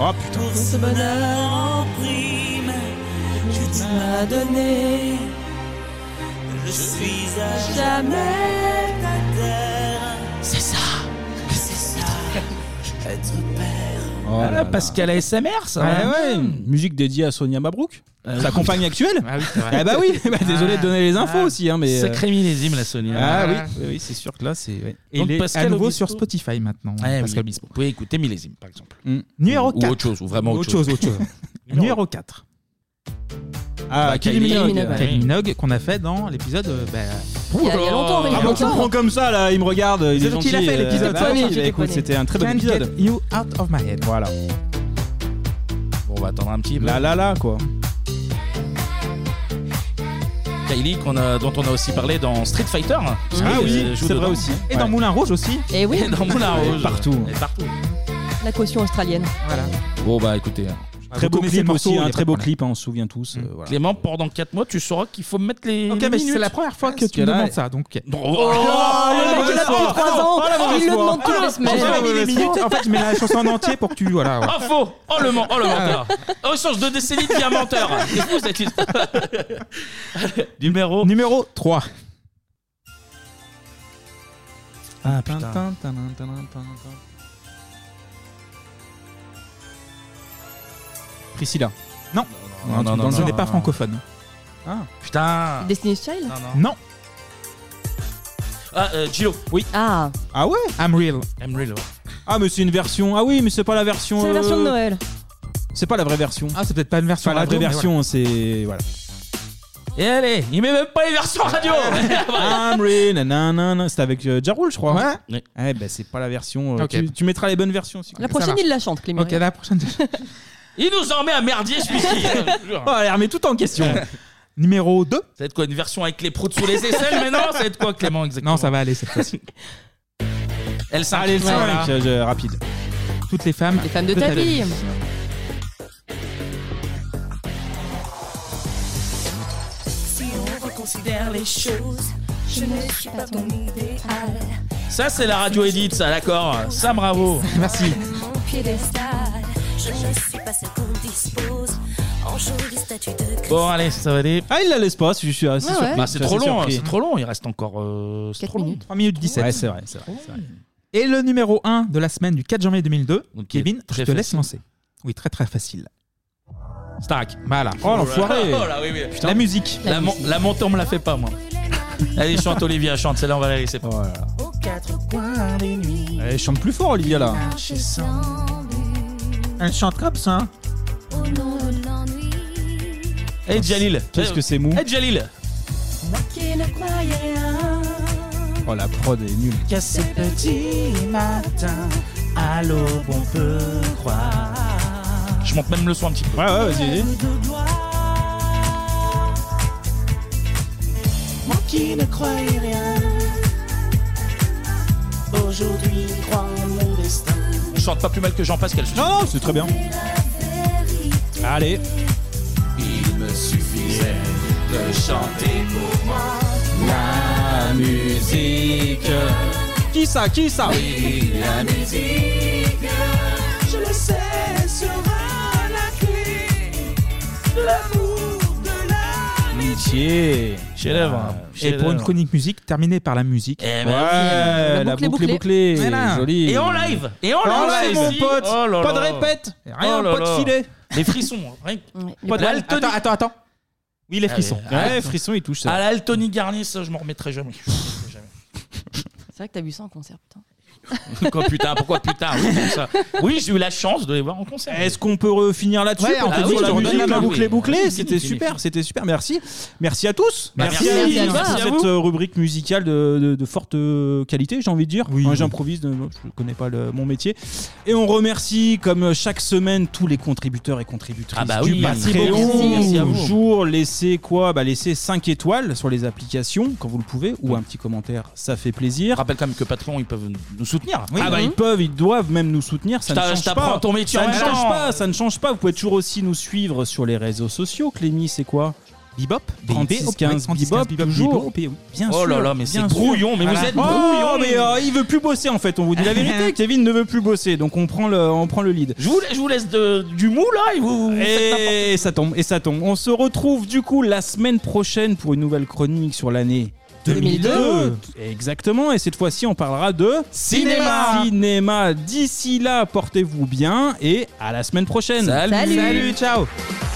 Oh putain. Pour ce bonheur en prime que tu m'as donné, je suis à jamais ta terre. C'est ça, c'est ça, être père. Oh Ah là là, là. Pascal ASMR, ça. Ah ouais, musique dédiée à Sonia Mabrouk, Ah sa oui. compagne actuelle. Ah oui, c'est vrai. ah bah oui, bah désolé de donner les infos Ah. aussi, hein, mais. euh, Sacré millésime, la Sonia. Ah oui, oui, oui, c'est sûr que là c'est. ouais. Et il est à nouveau sur Spotify maintenant. Ah, Pascal oui. Vous pouvez écouter millésime, par exemple. Mm. Numéro Ou- 4. Ou autre chose, ou vraiment autre, autre chose. autre chose. Numéro 4. Ah, Kylie Minogue. Kylie Minogue, qu'on a fait dans l'épisode. euh, bah, Il y a- il y Oh. a longtemps, il y a Ah bon, tu me longtemps. prends comme ça là, il me regarde. Il est C'est donc qu'il a gentil, fait euh, l'épisode bah poignet, oui, sorti bah des écoute, poignets. C'était un très bon Can't épisode. get You out of my head. Voilà. Bon, on va attendre un petit peu. Là, là, là, quoi. Kylie, qu'on a- dont on a aussi parlé dans Street Fighter. qui, Ah euh, oui, joue c'est dedans. vrai aussi. Et dans Moulin Rouge aussi. Et Eh oui, Et dans Moulin Rouge. Partout. Et partout. la caution australienne. Voilà. Bon, bah écoutez. Très vous beau connaissez le clip morceau, aussi, y a un pas très de beau problème. clip, hein, on se souvient tous. euh, voilà. Clément, pendant 4 mois, tu sauras qu'il faut mettre les. Mm. Ok, les mais c'est minutes. la première fois que Parce tu me là, demandes ça. Donc. Oh, Oh, le mec, il a Ah, plus de 3 ans. Il le demande toutes les J'ai pas semaines. mis les minutes. En fait, je mets la chanson en entier pour que tu. Voilà. ouais. Oh, faux Oh, le, men- oh, le menteur Oh, il change de décennie, il devient menteur C'est fou, cette liste Numéro Numéro 3. Ah, putain. Priscilla. Non. Non, non, dans non, le jeu non, n'est non, pas non. francophone. Putain Destiny's Child Non. Ah, euh, Gilo Oui. Ah, Ah ouais I'm real. I'm real, ouais. Ah, mais c'est une version. Ah oui, mais c'est pas la version. c'est la version de euh, Noël. C'est pas la vraie version. Ah, c'est peut-être pas une version. Enfin, la radio, vraie mais version, c'est. Voilà. Et allez, il met même pas les versions radio I'm real, nanana. C'était avec euh, Ja Rule, je crois. Ouais. Eh ben, c'est pas la version. euh, Ok. tu, tu mettras les bonnes versions. si tu La veux. Ça prochaine, marche. il la chante, Clément. Ok, la prochaine. Il nous en met à merdier celui-ci. Oh, elle remet tout en question. Numéro 2. Ça va être quoi Une version avec les proutes sous les aisselles maintenant Ça va être quoi Clément exactement Non, ça va aller cette fois-ci. Elle s'arrête. Allez, le Ouais, cinq, là. euh, je- rapide. Toutes les femmes. Les femmes de ta vie. Si on reconsidère les choses, je ne suis pas ton idéal. Ça, c'est la radio édite, ça, d'accord Ça, bravo. Merci. Mon piédestal, je ne suis pas celle qu'on dispose en jolie statue de Bon, allez, ça va aller. Ah, il la laisse pas, je suis assez Ouais, ouais. surpris. Bah, c'est Je suis trop assez long, surpris. c'est trop long. Il reste encore. euh, c'est trop long. 3 minutes 17. Ouais, c'est vrai, c'est vrai. c'est vrai. Et le numéro 1 de la semaine du 4 janvier 2002, Kevin, je très te laisse facile. lancer. Oui, très très facile. Starak. Voilà. Oh, l'enfoiré. Oh là, oui, oui. La musique. La, mon- la montée, on me la fait pas, moi. Allez, chante Olivia, chante. Celle-là, on va la laisser. Oh Aux quatre coins des nuits, Eh, Elle chante plus fort, Olivia, là. marche sans Elle chante comme ça. hein. au nom de l'ennui. Hey, Jalil. Qu'est-ce que c'est mou Hey, Jalil. Moi qui ne croyais rien, Oh, la prod est nulle. qu'à ces petits matins, à l'aube on peut croire. Je monte même le son un petit peu. Ouais, ouais, vas-y, vas-y. de doigts. Moi qui ne croyais rien, aujourd'hui crois en mon destin. Je chante pas plus mal que Jean Pascal. ce Non, non, c'est très bien. Allez. Il me suffisait de chanter pour moi la musique. Qui ça Qui ça Oui, la musique, je le sais, sera la clé. L'amour de la Amitié. Chez lèvres. Et pour une chronique musique terminée par la musique. hein. Eh ben Ouais, la, boucle, est bouclée. Voilà. Joli. Et en live Et en En live, live, Ah, mon aussi. pote. Oh là Pas de là. répète. Rien, Oh là pas de là. filet. Des frissons, hein. rien que- Pas de- La Altonie- Attends, attends, attends. Oui, les Ah, frissons. mais- ah, Ouais, frisson, il touche À ça. la Altony Garnier, ça, je m'en remettrai jamais. Je m'en remettrai jamais. C'est vrai que t'as vu ça en concert, putain. Pourquoi putain Pourquoi putain oui, c'est ça. Oui, j'ai eu la chance de les voir en concert. Est-ce qu'on peut euh, finir là-dessus Ouais, pour on te peut dire sur la la musique, boucle, la oui. boucle est bouclée Fini, C'était fini, super, c'était super. Merci, merci à tous. Merci, merci à pour toi. Merci à cette vous. euh, rubrique musicale de, de- de forte euh, qualité, j'ai envie de dire. Moi, J'improvise, euh, je connais pas le- mon métier. Et on remercie, comme euh, chaque semaine, tous les contributeurs et contributrices Ah bah du oui, merci Patreon. beaucoup. Merci à vous. Toujours laissez quoi bah, Laissez 5 étoiles sur les applications quand vous le pouvez ou un petit commentaire, ça fait Je plaisir. rappelle quand même que Patreon, ils peuvent nous soutenir. Ah, Oui, bah, ils peuvent, ils doivent même nous soutenir. Ça Mhm. Je t'a- ne je change t'apprends pas. ton métier ça en ne même change temps. pas. Ça ne change pas. Vous pouvez toujours aussi nous suivre sur les réseaux sociaux. Clémy, c'est quoi Bebop. B- 36 15 36, Bebop, Bebop, toujours. E Bebop. Bien Oh sûr. là là, bien mais c'est sûr. brouillon, mais vous Voilà. êtes Oh, brouillon. mais euh, il veut plus bosser en fait. On vous dit la vérité. Kevin ne veut plus bosser, donc on prend le, on prend le lead. Je vous, je vous laisse de- du mou là et vous. vous faites n'importe Et ça tombe, et ça tombe. On se retrouve du coup la semaine prochaine pour une nouvelle chronique sur l'année 2002. Exactement, et cette fois-ci on parlera de Cinéma. Cinéma. D'ici là, portez-vous bien et à la semaine prochaine. Salut. Salut, ciao. quoi.